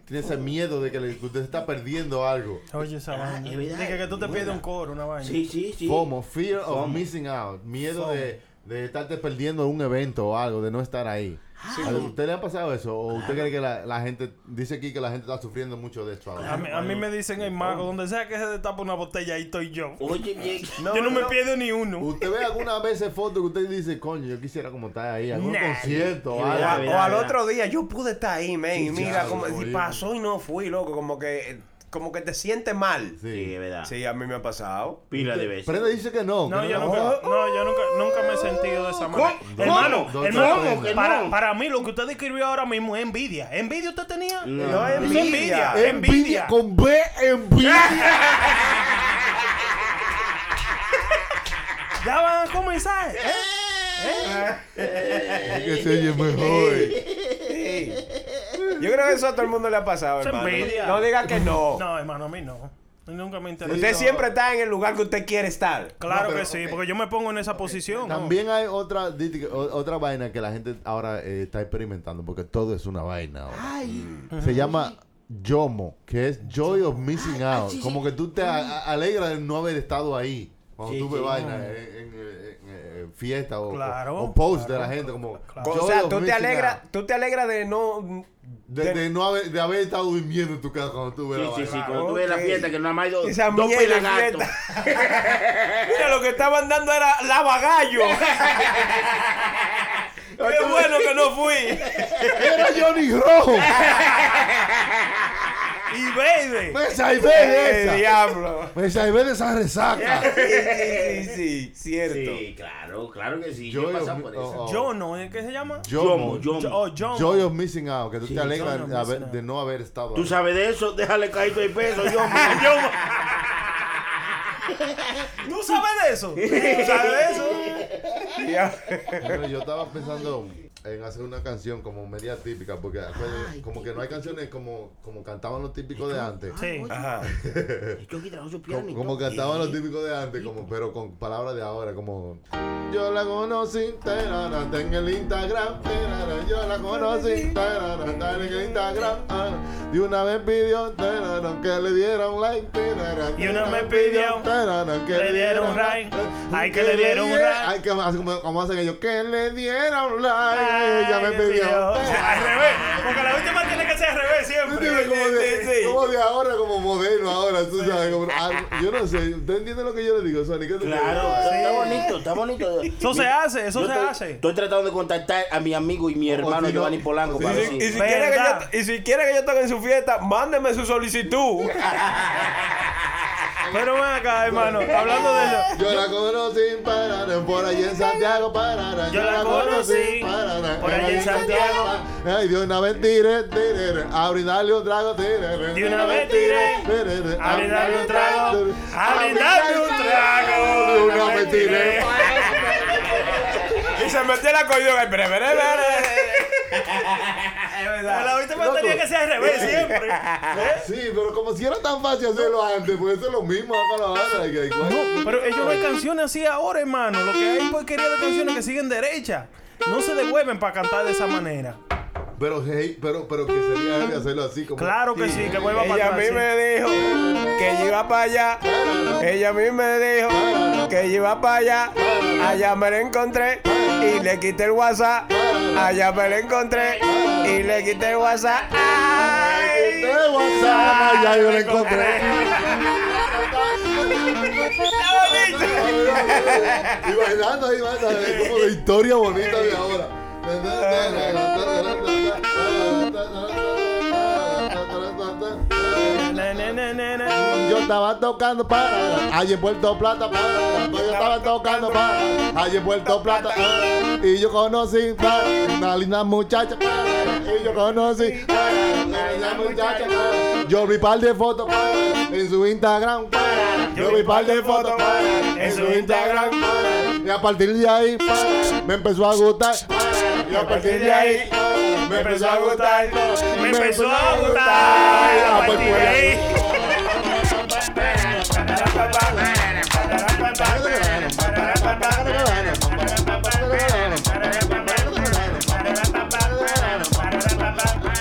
E: Tiene ese miedo de que, le- que usted está perdiendo algo.
F: Oye, esa vaina.
I: Ah, es verdad,
F: Dije que tú te
I: buena.
F: pides un coro, una vaina.
I: Sí, sí, sí.
E: Como fear of
I: Fomo.
E: missing out, miedo de, de estarte perdiendo un evento o algo, de no estar ahí.
F: Ah.
E: ¿A usted le ha pasado eso? ¿O usted cree que la, la gente, dice aquí que la gente está sufriendo mucho de esto ahora?
F: A mí, a mí me dicen el mago, donde sea que se destapa una botella, ahí estoy yo.
I: Oye, [laughs]
F: yo no me pierdo ni uno.
E: ¿Usted ve algunas veces fotos que usted dice, coño, yo quisiera como estar ahí, algún
F: Nah.
E: concierto o
H: O,
E: algo?
H: a- o al otro día, yo pude estar ahí, men. Y
E: Sí,
H: mira,
E: claro,
H: como y
E: oye.
H: pasó y no fui, loco. Como que, eh, como que te sientes mal.
I: Sí, es verdad.
H: Sí, a mí me ha pasado.
I: Pila de veces.
E: Prenda dice que no.
F: No, yo nunca, no, yo nunca, nunca me he sentido de esa manera.
E: ¿Cómo?
F: Hermano,
E: ¿Cómo?
F: hermano,
E: ¿Cómo que
F: para,
E: no?
F: para mí lo que usted describió ahora mismo es envidia. ¿Envidia usted tenía?
E: No.
F: Es envidia.
E: Envidia.
F: Envidia.
E: Con B, envidia.
F: Ya van a comenzar. ¿eh?
E: Es que se oye mejor.
H: Sí. Yo creo que eso a todo el mundo le ha pasado,
F: Es
H: hermano.
F: envidia.
H: No diga que no.
F: No, hermano, a mí no. Nunca me interesa.
H: Usted siempre está en el lugar que usted quiere estar.
F: Claro que sí, porque yo me pongo en esa posición. ¿no?
E: También hay otra, di- o- otra vaina que la gente ahora eh, está experimentando porque todo es una vaina ahora. Mm. Se llama YOMO, que es Joy of Missing Out.
A: sí, sí.
E: Como que tú te a- a- alegras de no haber estado ahí. Cuando
A: Sí,
E: tú ves
A: sí.
E: vaina eh, en, eh, en, eh, fiesta o,
A: Claro,
E: o- o post de la gente. Como,
H: O
E: Joy
H: sea,
E: of
H: tú te
E: Missing
H: alegras,
E: Out.
H: tú te alegras de no.
E: De, de no haber, de haber estado durmiendo en tu casa cuando tú ves
I: Sí,
E: la
I: sí,
E: vaina.
I: sí, cuando tú ves la
E: "Ah, Ok.
I: fiesta que no más hay dos,
E: Esa
I: dos
E: mierda de
I: pelagatos.
F: [laughs]
H: Mira, lo que estaban dando era lavagallo. Qué bueno que no fui.
E: [laughs] Era Johnny Rojo.
F: y baby.
E: Me salvé de
H: Eh,
E: esa.
H: diablo.
E: Me salvé de esa resaca.
H: Sí, sí, sí, cierto.
I: Sí, claro, claro que sí.
E: Yo
I: Yo he
E: yo-
I: pasado por eso.
E: oh, oh.
F: Yo no, ¿eh? ¿qué se llama?
E: Yomo.
I: Yomo, yomo.
F: Oh, yomo.
E: Joy of Missing Out, que tú
I: Sí,
E: te
I: joy
E: alegras
I: of
E: de, haber-
I: missing out.
E: de no haber estado
I: Tú
E: ahí.
I: sabes de eso, déjale caer tu peso, yo.
F: ¿Tú sabes de eso? ¿Tú sabes de eso?
E: Yo, yo
I: [laughs]
E: estaba pensando en hacer una canción como media típica, porque acuérdate, como que no hay canciones como, como cantaban los típicos de antes.
F: Sí.
H: Ajá.
I: Yo trajo su
E: Como, como cantaban los típicos de antes, como, pero con palabras de ahora, como... Yo la conocí, tarara, en el Instagram, tarara, yo la conocí, tarara, tarara, en el Instagram. ah. Y una vez pidió tarara, que le diera un like, tarara,
F: Y una
E: tarara,
F: vez pidió
E: tarara, que
F: le diera un like. Ay, que le diera un
E: diera-
F: like.
E: Ay, que hace como, como hacen ellos, que le diera un like. Ella me pidió.
F: Al revés. Porque la última tiene que ser al revés siempre.
E: Dime, como, de, como de ahora, como moderno ahora, tú sabes. como- ah, yo no sé, ¿usted entiende lo que yo le digo, Sonic? ¿Qué tú
I: Claro,
E: crees?
I: está bonito, está bonito.
F: Eso se hace, eso
I: Yo
F: se
I: estoy-
F: hace.
I: Estoy tratando de contactar a mi amigo y mi hermano Giovanni Polanco para
H: Y si,
I: decir.
H: quiere que yo, y si quiere que yo toque en su fiesta, mándeme su solicitud.
E: [laughs]
F: Pero ven acá, hermano. Hablando de eso.
E: Yo la conocí pararán, por allí en Santiago, pararán.
F: Yo la conocí,
E: pararán,
F: por allí en
E: Ay, de una vez tiré, tiré, a brindarle un trago, tiré.
F: De una vez tiré,
E: tiré,
F: a brindarle un trago, a brindarle un trago.
E: De una vez tiré.
H: y se metió la acordeón. ahí, bre, bre, bre, bre.
F: Pero la última tenía que ser al revés siempre. ¿Eh?
E: Sí, pero como si era tan fácil hacerlo antes, pues eso es lo mismo acá la banda. que-
F: No, pero ellos no hay canciones así ahora, hermano. Lo que hay porquería de canciones que siguen derecha. No se devuelven para cantar de esa manera.
E: Pero, hey, pero, pero que sería heavy hacerlo así como.
F: Claro que sí, que vuelva
H: Ella
F: para
H: a mí
F: atrás. sí.
H: me dijo que yo iba para allá. Ella a mí me dijo que yo iba para allá. Allá me la encontré y le quité el WhatsApp. Allá me la encontré y le quité el WhatsApp. Ay,
E: el WhatsApp, allá yo la encontré. Y bailando ahí, vas a ver como la historia bonita de ahora. [laughs]
F: Na, na, na, na, na.
E: Yo estaba tocando para allí en Puerto Plata, para yo estaba tocando para allí en Puerto Plata, ah. y yo conocí para una linda muchacha, para y yo conocí para una linda muchacha, para. yo vi par de fotos para en su Instagram, para yo vi par de fotos para en su Instagram, para. y a partir de ahí para, me empezó a gustar, para. y a partir de ahí para, me empezó a gustar,
F: Me empezó a gustar.
E: Ah,
F: A
E: pues,
F: partir de ahí.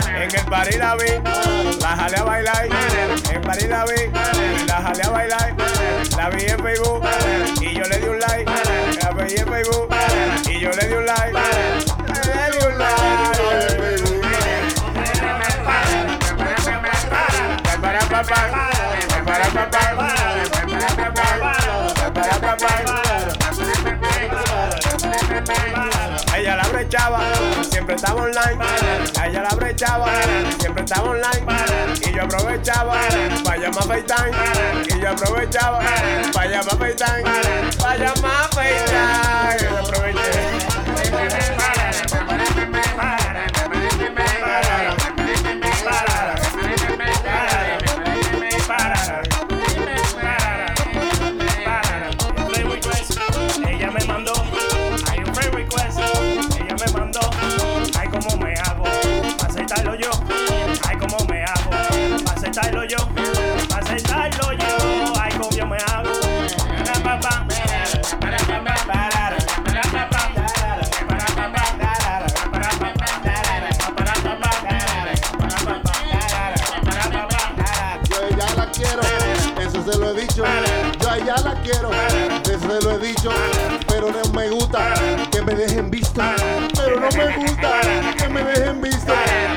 H: En el party la vi, la jalé a bailar. En París la vi, la jalé a bailar. La vi en Facebook y yo le di un like. La vi en Facebook y yo le di un like. Le di un like. siempre estaba online. A ella la brechaba, siempre estaba online. Y yo aprovechaba, para llamar a FaceTime. Y yo aprovechaba, para llamar a FaceTime. Para llamar a FaceTime. Yo
F: Ella me mandó, hay un friend request. Ella me mandó, hay como me hago. Pa' aceptarlo yo, hay como me hago. Pa' aceptarlo yo, pa' aceptarlo yo, hay como yo me hago. Para, pa, pa. Para, pa, pa, para, para, pa, pa.
E: Yo a ella la quiero, eso se lo he dicho. Yo a ella la quiero, eso se lo he dicho. Pero no me gusta que me dejen visto. Pero no me gusta que me dejen visto.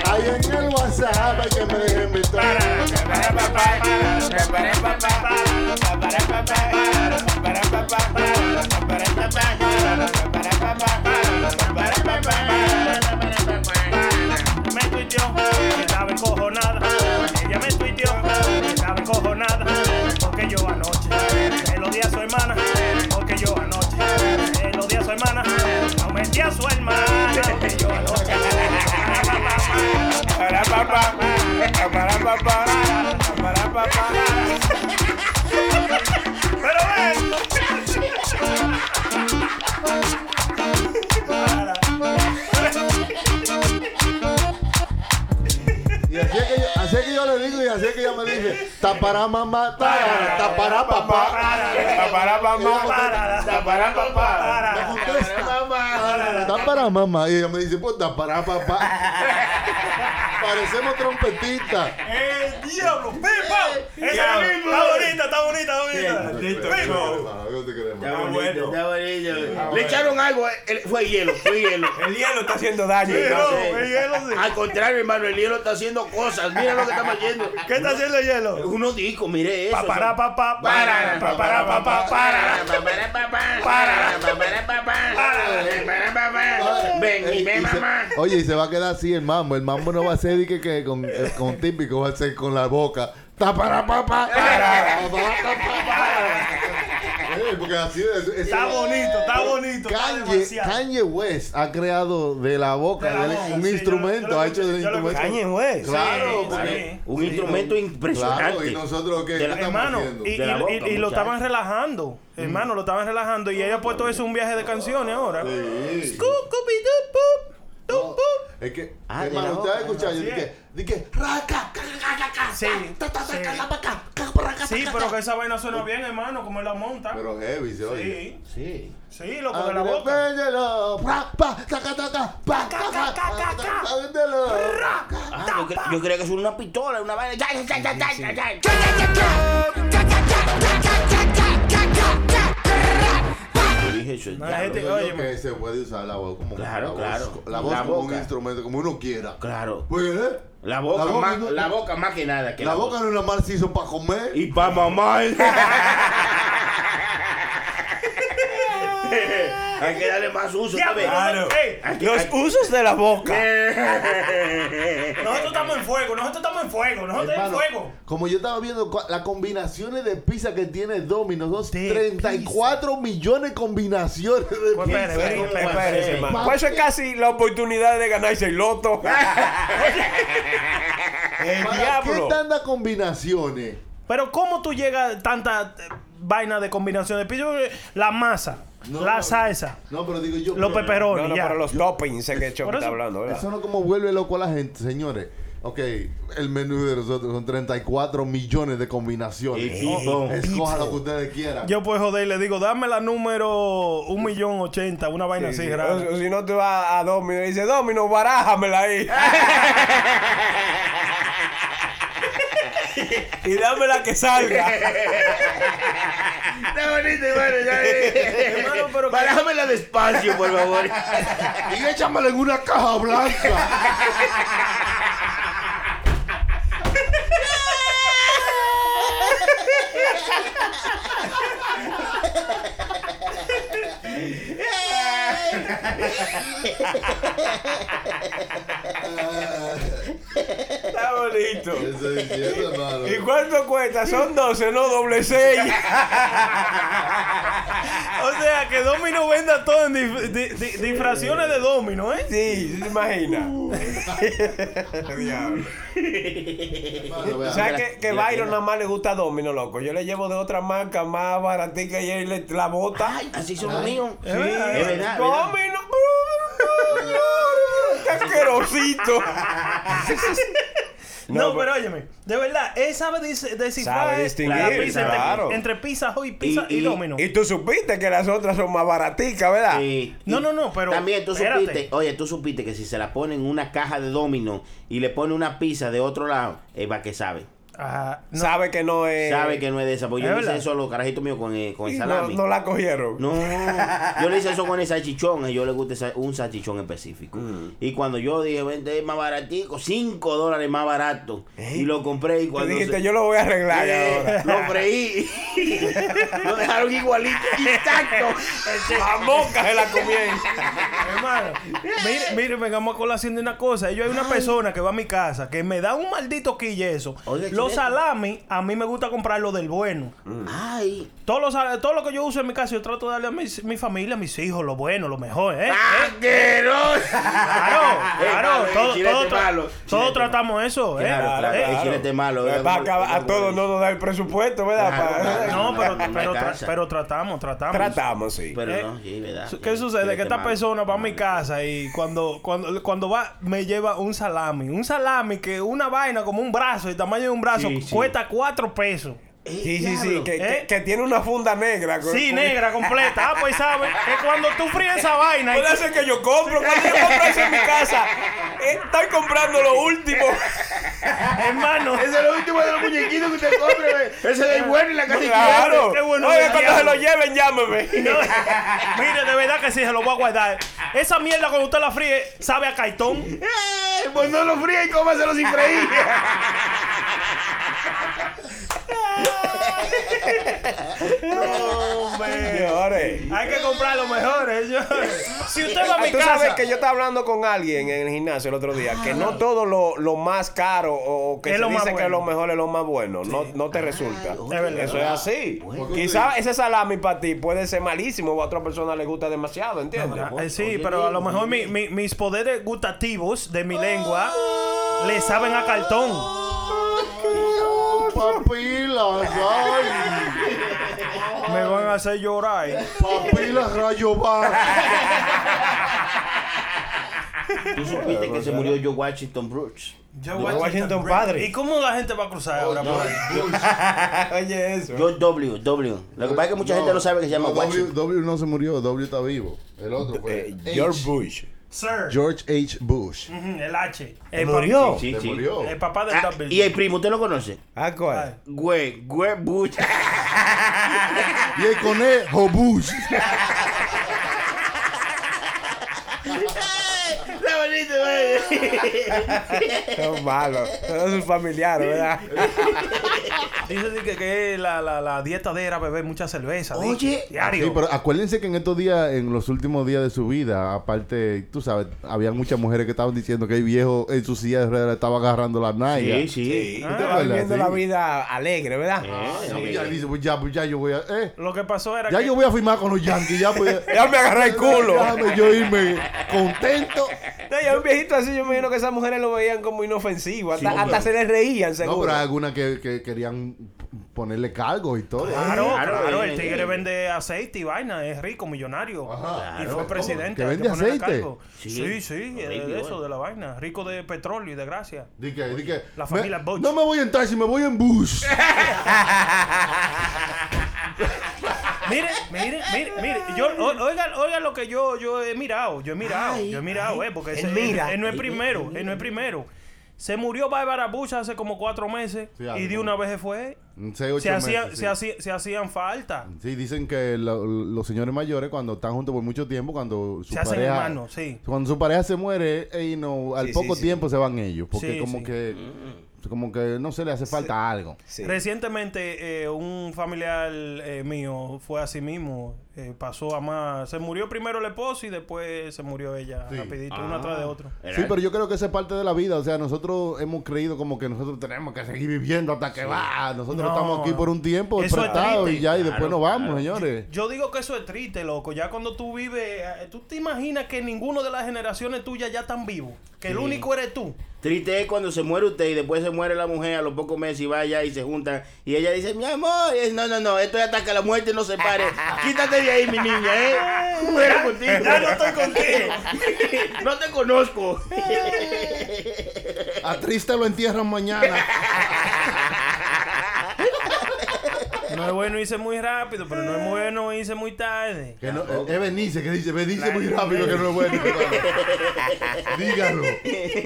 E: Ahí en el WhatsApp hay que me dejen visto.
F: Me tuiteó que estaba encojonada. Ella me tuiteó que estaba encojonada. Porque yo anoche se lo di a su hermana. Porque yo anoche se lo di a su hermana. No metí a su hermana. Porque yo anoche.
H: Para papá, para papá, para papá.
F: Pero ven.
E: Y así es, que yo, así es que yo le digo y así es que ella me dice, tapará mamá, tapará, tapará papá,
H: tapará mamá, tapará papá.
E: tapará mamá. Y ella me dice, pues tapará papá. Parecemos trompetistas.
F: ¡El diablo! ¡Pipa! Esa
E: Diablo.
F: es mismo. Está bonita, está bonita, está bonita.
I: Está bonito, está bonito. Le
F: bueno.
I: echaron algo, eh, el- fue hielo, fue hielo.
H: El hielo está haciendo daño.
I: Sí,
H: hermano.
I: no, Al contrario, hermano, el hielo está haciendo cosas. Mira lo que estamos haciendo.
F: ¿Qué está haciendo el hielo?
I: Uno disco, mire eso.
F: Papará, papá,
I: Para, para, para, para, para, Ven y ven, mamá.
E: Oye, y se va a quedar así el mambo. El mambo no va a ser de que, que con, eh, con típico, va a ser con la boca. Tapará papá. Eh, Porque así es. es-
F: Está bonito, está bonito. está
E: Kanye,
F: demasiado.
E: Kanye West ha creado de la boca,
F: De
E: de
F: la
E: él
F: boca,
E: un
F: sí, yo-
E: instrumento,
F: yo lo
E: ha hecho de un
F: escuché, yo lo
E: instrumento.
F: escuché. Kanye West.
E: Claro,
F: Sí,
E: porque-
I: Un instrumento impresionante.
E: Claro, y nosotros que
F: Hermano, y, y- y- y lo estaban relajando. Hermano, lo estaban relajando. Y ella ha puesto eso en un viaje de canciones ahora. Scoop-a-doo-pop, doo-pop.
E: Es que,
F: Ah, de la
E: hermano, usted
F: boca,
E: ha escuchado, yo dije, dije, raca,
F: Sí, sí, pero que esa vaina suena bien, hermano, como él la monta.
E: Pero heavy, se
F: Sí.
E: oye. pues.
I: Sí.
F: Sí, loco, de la boca.
I: Ah, yo, cre- yo creía que es una pistola, una vaina. Ya, ya, ya, ya, ya, ya. Yo dije eso.
E: No,
I: ya,
E: gente,
I: loco.
E: oye, que se puede usar la voz como
I: Claro,
E: la voz-
I: claro.
E: la voz
I: La
E: como
I: boca.
E: un instrumento, como uno quiera.
I: Claro.
E: Pues, ¿eh?
I: La boca,
E: La boca
I: más,
E: no-
I: la boca más que nada. Que
E: La boca no es la más hizo para comer.
I: Y para
F: [laughs]
I: mamar. Hay que darle más uso,
F: Ya,
I: ¿sabes?
F: claro. Ey,
I: Hay que-
H: Los
I: hay-
H: usos de la [laughs] boca.
F: Nosotros estamos en fuego, nosotros estamos en fuego, nosotros estamos en
E: Hermano,
F: fuego.
E: Como yo estaba viendo cua- las combinaciones de pizza que tiene Domino's, dos 34 millones de combinaciones de
F: Pues
H: pues
E: pizza.
H: Espere, espere, espere, espere, hermano.
E: Pa-
H: Pues eso es casi la oportunidad de ganarse el
F: [laughs]
H: loto. el
E: ¿Para qué
H: diablo.
E: tantas combinaciones?
F: Pero ¿cómo tú llegas a tanta eh, vaina de combinación de piso? La masa, la salsa,
E: No, pero digo yo.
F: los peperones,
H: No, no,
F: ya.
H: pero los toppings es que Choco
F: Por
H: está
F: eso-
H: hablando, ¿verdad?
E: Eso no como vuelve loco a la gente, señores. Ok, el menú de nosotros son 34 millones de combinaciones. Oh,
I: Y pizza.
E: Escoja lo que ustedes quieran.
F: Yo pues joder, le digo, dame la número un millón ochenta, una vaina
H: Sí,
F: así,
H: sí.
F: rara.
H: O- o si no te vas a Domino y dices, Domino, barájamela
F: [laughs]
H: ahí.
F: Ah,
H: y dámela que salga.
I: [laughs] Está bonito, hermano. ya, eh.
F: Hermano, pero que-
I: Barájamela despacio, por favor.
E: Y échamelo en una caja blanca.
H: todito. ¿Y cuánto cuesta? Son 12, no doble
I: [laughs]
H: 6.
F: O sea, que Domino venda todo en dif- di- di- difracciones de Domino, ¿eh?
H: Sí, se imagina.
I: [laughs]
H: Diablo. ¿Sabes que, que Byron nada más le gusta Domino, loco? Yo le llevo de otra marca más baratica y él le- la bota.
I: así son los míos.
H: Sí.
I: Es verdad, es verdad.
H: Domino, [laughs] qué asquerosito.
F: [laughs] No,
H: No,
F: pero óyeme, de verdad, él sabe dis- descifrar
H: Sabe distinguir,
F: la pizza entre-
H: claro.
F: entre, pizza hoy pizza y, Domino.
H: Y tú supiste que las otras son más baraticas, ¿verdad?
I: Sí.
F: no, no, no, pero
I: También tú
F: espérate.
I: supiste, oye, tú supiste que si se la ponen en una caja de domino y le ponen una pizza de otro lado, es va que sabe.
F: Ah, no.
H: Sabe que no
F: Eh.
H: es.
I: Sabe que no es de esa, porque
H: es
I: yo le hice
H: verdad.
I: eso a los carajitos míos con el, con el
H: Y no-
I: salami.
H: no la cogieron.
I: No, yo le hice eso con el salchichón, a ellos les gusta esa- un salchichón específico. Y cuando yo dije, vente es más baratico, 5 dólares más barato, y lo compré y
H: Tú
I: cuando...
H: dijiste,
I: se-
H: yo lo voy a arreglar
I: Eh,
H: ahora.
I: Lo [laughs] freí. lo dejaron igualito, intacto.
H: La mosca se la comieron.
F: [laughs] Hermano, mire, mire, vengamos a colación de una cosa. Yo hay una persona que va a mi casa que me da un maldito quille eso.
I: Oye,
F: los
I: chuleta.
F: salami, a mí me gusta comprarlo del bueno.
I: Mm. Ay,
F: Todos los sal- todo lo que yo uso en mi casa, yo trato de darle a mis- mi familia, a mis hijos, lo bueno, lo mejor, ¿eh?
I: ¡Asqueroso! [laughs]
F: Claro, claro,
I: Eh,
F: todo,
I: chilete
F: todo tra-
I: malo,
F: todos
I: chilete
F: tratamos eso, ¿eh?
I: Claro, claro,
F: Eh,
I: el chilete este malo, ¿verdad?
H: Para acabar- a todos no nos da el presupuesto, ¿verdad? Para-
F: No, pero,
I: Una
F: pero, tra-
I: casa.
F: pero tratamos, tratamos.
H: Tratamos, sí.
I: Pero
F: Eh,
I: no, sí, ¿verdad?
F: Su- ¿Qué sucede? Que esta persona va a mi casa y cuando, cuando, cuando va, me lleva un salami. Un salami que una vaina como un brazo, el tamaño de un brazo,
I: Sí, sí.
F: cuesta cuatro pesos.
H: Sí, sí, sí.
I: Diablo.
H: Que,
F: ¿Eh?
H: que- que tiene una funda negra. con-
F: Sí,
H: con-
F: negra, completa. Ah, pues sabes que cuando tú fríes esa vaina. y-
H: Puede ser que yo compro. Cuando yo compro eso en mi casa, están comprando lo
F: [laughs]
H: último. [laughs]
F: Hermano,
I: Ese es lo último de los muñequitos que usted compra, ve. Ese es el bueno y la casa
H: Claro.
F: qué bueno
H: Oiga,
F: que
H: cuando se lo lleven, llámeme.
F: [laughs] No, mire, de verdad que sí, se lo voy a guardar. Esa mierda cuando usted la fríe, sabe a caitón.
I: ¡Eh! Pues no lo fría y cómaselo sin freír.
H: Señores.
F: Hay que comprar lo mejor, ¿eh? Yo- Si usted va a
H: Ah,
F: mi
H: Tú sabes
F: casa.
H: que yo estaba hablando con alguien en el gimnasio el otro día que no todo lo, lo más caro o o que
F: Es
H: se
F: lo más
H: dice que
F: bueno.
H: lo mejor es lo más bueno. No, no te resulta.
F: Es verdad.
H: Eso es así. Quizás ese salami para ti puede ser malísimo o a otra persona le gusta demasiado, ¿entiendes?
F: Eh, sí, pero a lo mejor mi- mi- mis poderes gustativos de mi lengua le saben a cartón.
E: Papilas, ay.
F: Me van a hacer llorar.
E: Papilas, rayo bajo.
I: Tú supiste que se murió Joe Washington Brooks.
H: Washington padre.
F: ¿Y cómo la gente va a cruzar ahora? por ahí?
H: [laughs] Oye,
F: ¿Eh?
H: eso.
I: Joe W, W. Lo que pasa es que mucha gente no sabe que se llama
E: No, W,
I: Washington.
E: W no se murió, W está vivo. El otro fue.
I: Eh,
H: George
E: H.
H: Bush.
F: Sir.
E: George H. Bush.
F: Ujú, El H. Eh, El
H: murió?
I: Sí,
E: Se
I: sí.
E: murió.
F: pa- El papá de
I: Ah,
F: Dublin.
I: y el primo, ¿usted lo conoce?
H: Ah, ¿cuál?
I: Güey, güey, [laughs] Bush.
E: Y el conejo Bush.
I: Está bonito, [laughs] güey.
H: Es malo. Todos sus familiares, ¿verdad?
F: Dice sí, que, que la, la, la dieta de era beber mucha cerveza. dice.
I: Oye.
F: Diario.
E: Ah, Sí, pero acuérdense que en estos días, en los últimos días de su vida, aparte, tú sabes, había muchas mujeres que estaban diciendo que el viejo en su silla de ruedas estaba agarrando la nalga.
I: Sí, sí.
H: Te va viviendo la vida alegre, ¿verdad?
F: Ah.
E: Y ya dice, pues ya, pues ya yo voy a... eh,
F: Lo que pasó era
E: ya
F: que
E: yo voy a firmar con los Yankees, ya pues...
F: [laughs]
H: Ya me agarré el culo.
E: Déjame yo irme contento.
H: No, ya un viejito así, yo me imagino que esas mujeres lo veían como inofensivo. Hasta, hasta se les reían, seguro.
E: No, pero hay algunas que, que querían ponerle cargo y todo.
F: Claro,
I: Claro,
F: claro, el
I: eh,
F: tigre
I: eh.
F: vende aceite y vaina, es rico, millonario.
E: Ajá.
F: y
E: Claro.
F: fue presidente.
E: ¿Que
F: hay
E: vende
F: ponerle
E: aceite?
F: cargo.
I: Sí.
F: Sí, sí,
I: Horrible,
F: eh, de eso,
I: bueno.
F: de la vaina. Rico de petróleo y de gracia.
E: Di que- di que,
F: La familia
E: me-
F: Bush.
E: No me voy en taxi, me voy en
F: [laughs]
E: bus.
F: Mire, mire, mire, mire. Yo, o- oigan, oigan lo que yo, yo he mirado. Yo he mirado,
I: Ay,
F: yo he mirado, eh, porque
H: él
F: ese- él,
H: mira.
F: él no es
I: Él-
F: primero,
I: él
F: él no es primero. Se murió Bárbara Bush hace como cuatro meses
E: Sí,
F: y
E: algo.
F: de una vez se fue.
E: Seis, ocho
F: Se hacían,
E: meses, sí.
F: se, hacía- se hacían falta.
E: Sí, dicen que lo- los señores mayores cuando están juntos por mucho tiempo, cuando su
F: Se hacen
E: pareja
F: hermanos, sí.
E: cuando su pareja se muere, ey, no, al
H: Sí,
E: poco
H: sí, Mm, sí.
E: tiempo se van ellos, porque
F: Sí,
E: como
F: sí.
E: que como que no se le hace falta algo.
H: Sí.
F: Recientemente eh, un familiar eh, mío fue así mismo. eh, pasó a más. Se murió primero el esposo y después se murió ella rapidito, uno
E: Ah.
F: atrás de otro.
E: Sí, pero yo creo que esa es parte de la vida. O sea, nosotros hemos creído como que nosotros tenemos que seguir viviendo hasta que va. Nosotros
F: No.
E: estamos aquí por un tiempo
F: Eso es
E: prestados y
F: triste.
E: ya, y después
F: Claro,
E: nos vamos,
F: claro.
E: señores.
F: [laughs] Yo digo que eso es triste, loco. Ya cuando tú vives, eh, tú te imaginas que ninguno de las generaciones tuyas ya están vivos. Que el
I: Sí.
F: único eres tú.
I: Triste es cuando se muere usted y después se muere la mujer a los pocos meses y va allá y se juntan. Y ella dice, mi amor, y es, no, no, no, esto es hasta que la muerte nos [laughs] separe. Quítate de ahí, mi niña, [laughs] ¿eh?
F: [laughs]
I: No era contigo. Ya no estoy contigo. [laughs] No te [laughs] conozco.
E: A triste lo entierran mañana.
F: No es bueno irse muy rápido, pero no es bueno irse muy tarde.
E: Que no, eh, es Benice que dice, Benice muy rápido que no es
F: [laughs]
E: bueno. Dígalo.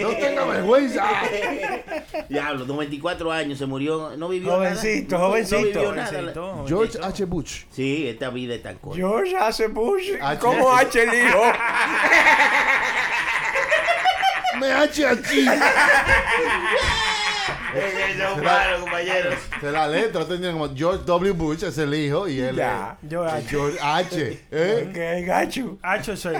E: No tenga vergüenza.
I: Diablo, 94 años, se murió, no vivió
H: Jovencito,
I: nada. No,
H: jovencito.
I: No vivió nada. ah,
H: Jovencito,
E: George H. Bush.
I: Sí, esta vida es tan corta. [laughs]
H: George hace Bush.
I: H.
H: ¿Cómo H el hijo?
E: Me hache aquí.
I: Es que yo
E: Será-
I: paro, compañero.
E: Se la letra tenía como George W. Bush es el hijo y él
F: Ya.
E: es
F: George H.
E: George H. ¿eh?
H: Que gacho.
F: Hacho soy.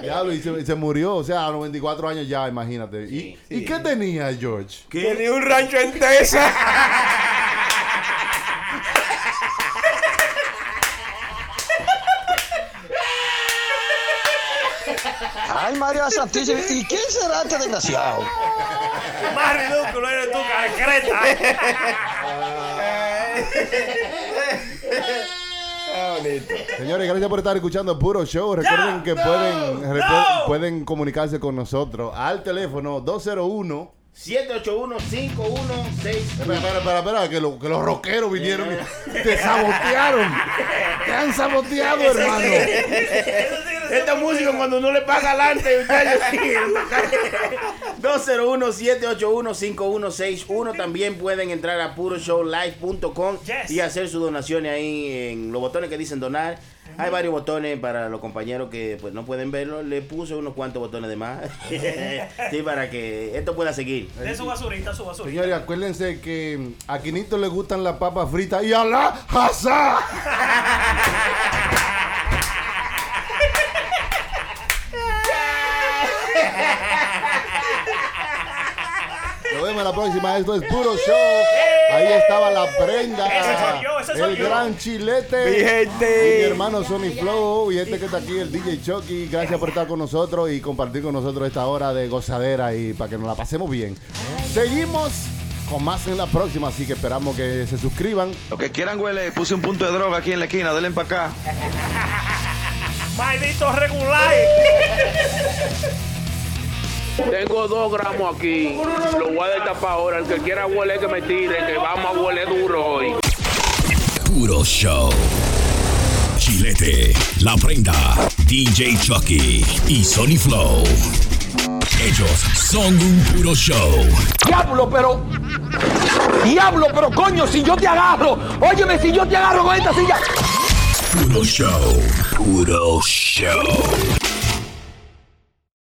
E: Diablo, y se, y se murió, o sea, a los 24 años ya, imagínate. ¿Y, ¿y qué tenía George?
H: Tenía un rancho en Texas.
N: Ay, María Santísima. ¿Y quién será este desgraciado?
F: Más ridículo eres tú, concreta.
E: Señores, gracias por estar escuchando Puro Show. Recuerden que pueden, repu- pueden comunicarse con nosotros al teléfono 201.
I: 781-5161.
E: Espera, espera, espera, espera, que, lo- que los rockeros vinieron y te sabotearon. Te han saboteado, hermano.
I: Esta música Este cuando no le paga [laughs] adelante, muchachos. sí, lo saca. 201-781-5161. También pueden entrar a puroshowlive.com
F: Yes.
I: y hacer sus donaciones ahí en los botones que dicen donar. Hay varios botones para los compañeros que pues no pueden verlo. Le puse unos cuantos botones de más. [laughs] sí, para que esto pueda seguir.
F: De su basurita, su basurita.
E: Señores, acuérdense que a Quinito le gustan las papas fritas y a la Hazá. Nos vemos la próxima. Esto es puro show. Ahí estaba la prenda.
F: Ese soy yo, ese soy
E: el
F: yo.
E: gran chilete.
H: Mi gente.
E: Mi hermano Sony Flow. Y este que está aquí, el DJ Chucky. Gracias por estar con nosotros y compartir con nosotros esta hora de gozadera y para que nos la pasemos bien. Seguimos con más en la próxima. Así que esperamos que se suscriban.
P: Lo que quieran, güey, le puse un punto de droga aquí en la esquina, denle para acá.
F: Maldito regular.
R: Tengo dos gramos aquí. Lo voy a destapar ahora. El que quiera huele que me tire, que vamos a huele duro hoy.
A: Puro Show. Chilete, La Prenda, DJ Chucky y Sony Flow. Ellos son un puro show.
S: Diablo, pero. Diablo, pero coño, si yo te agarro. Óyeme, si yo te agarro con esta silla.
A: Puro show. Puro show.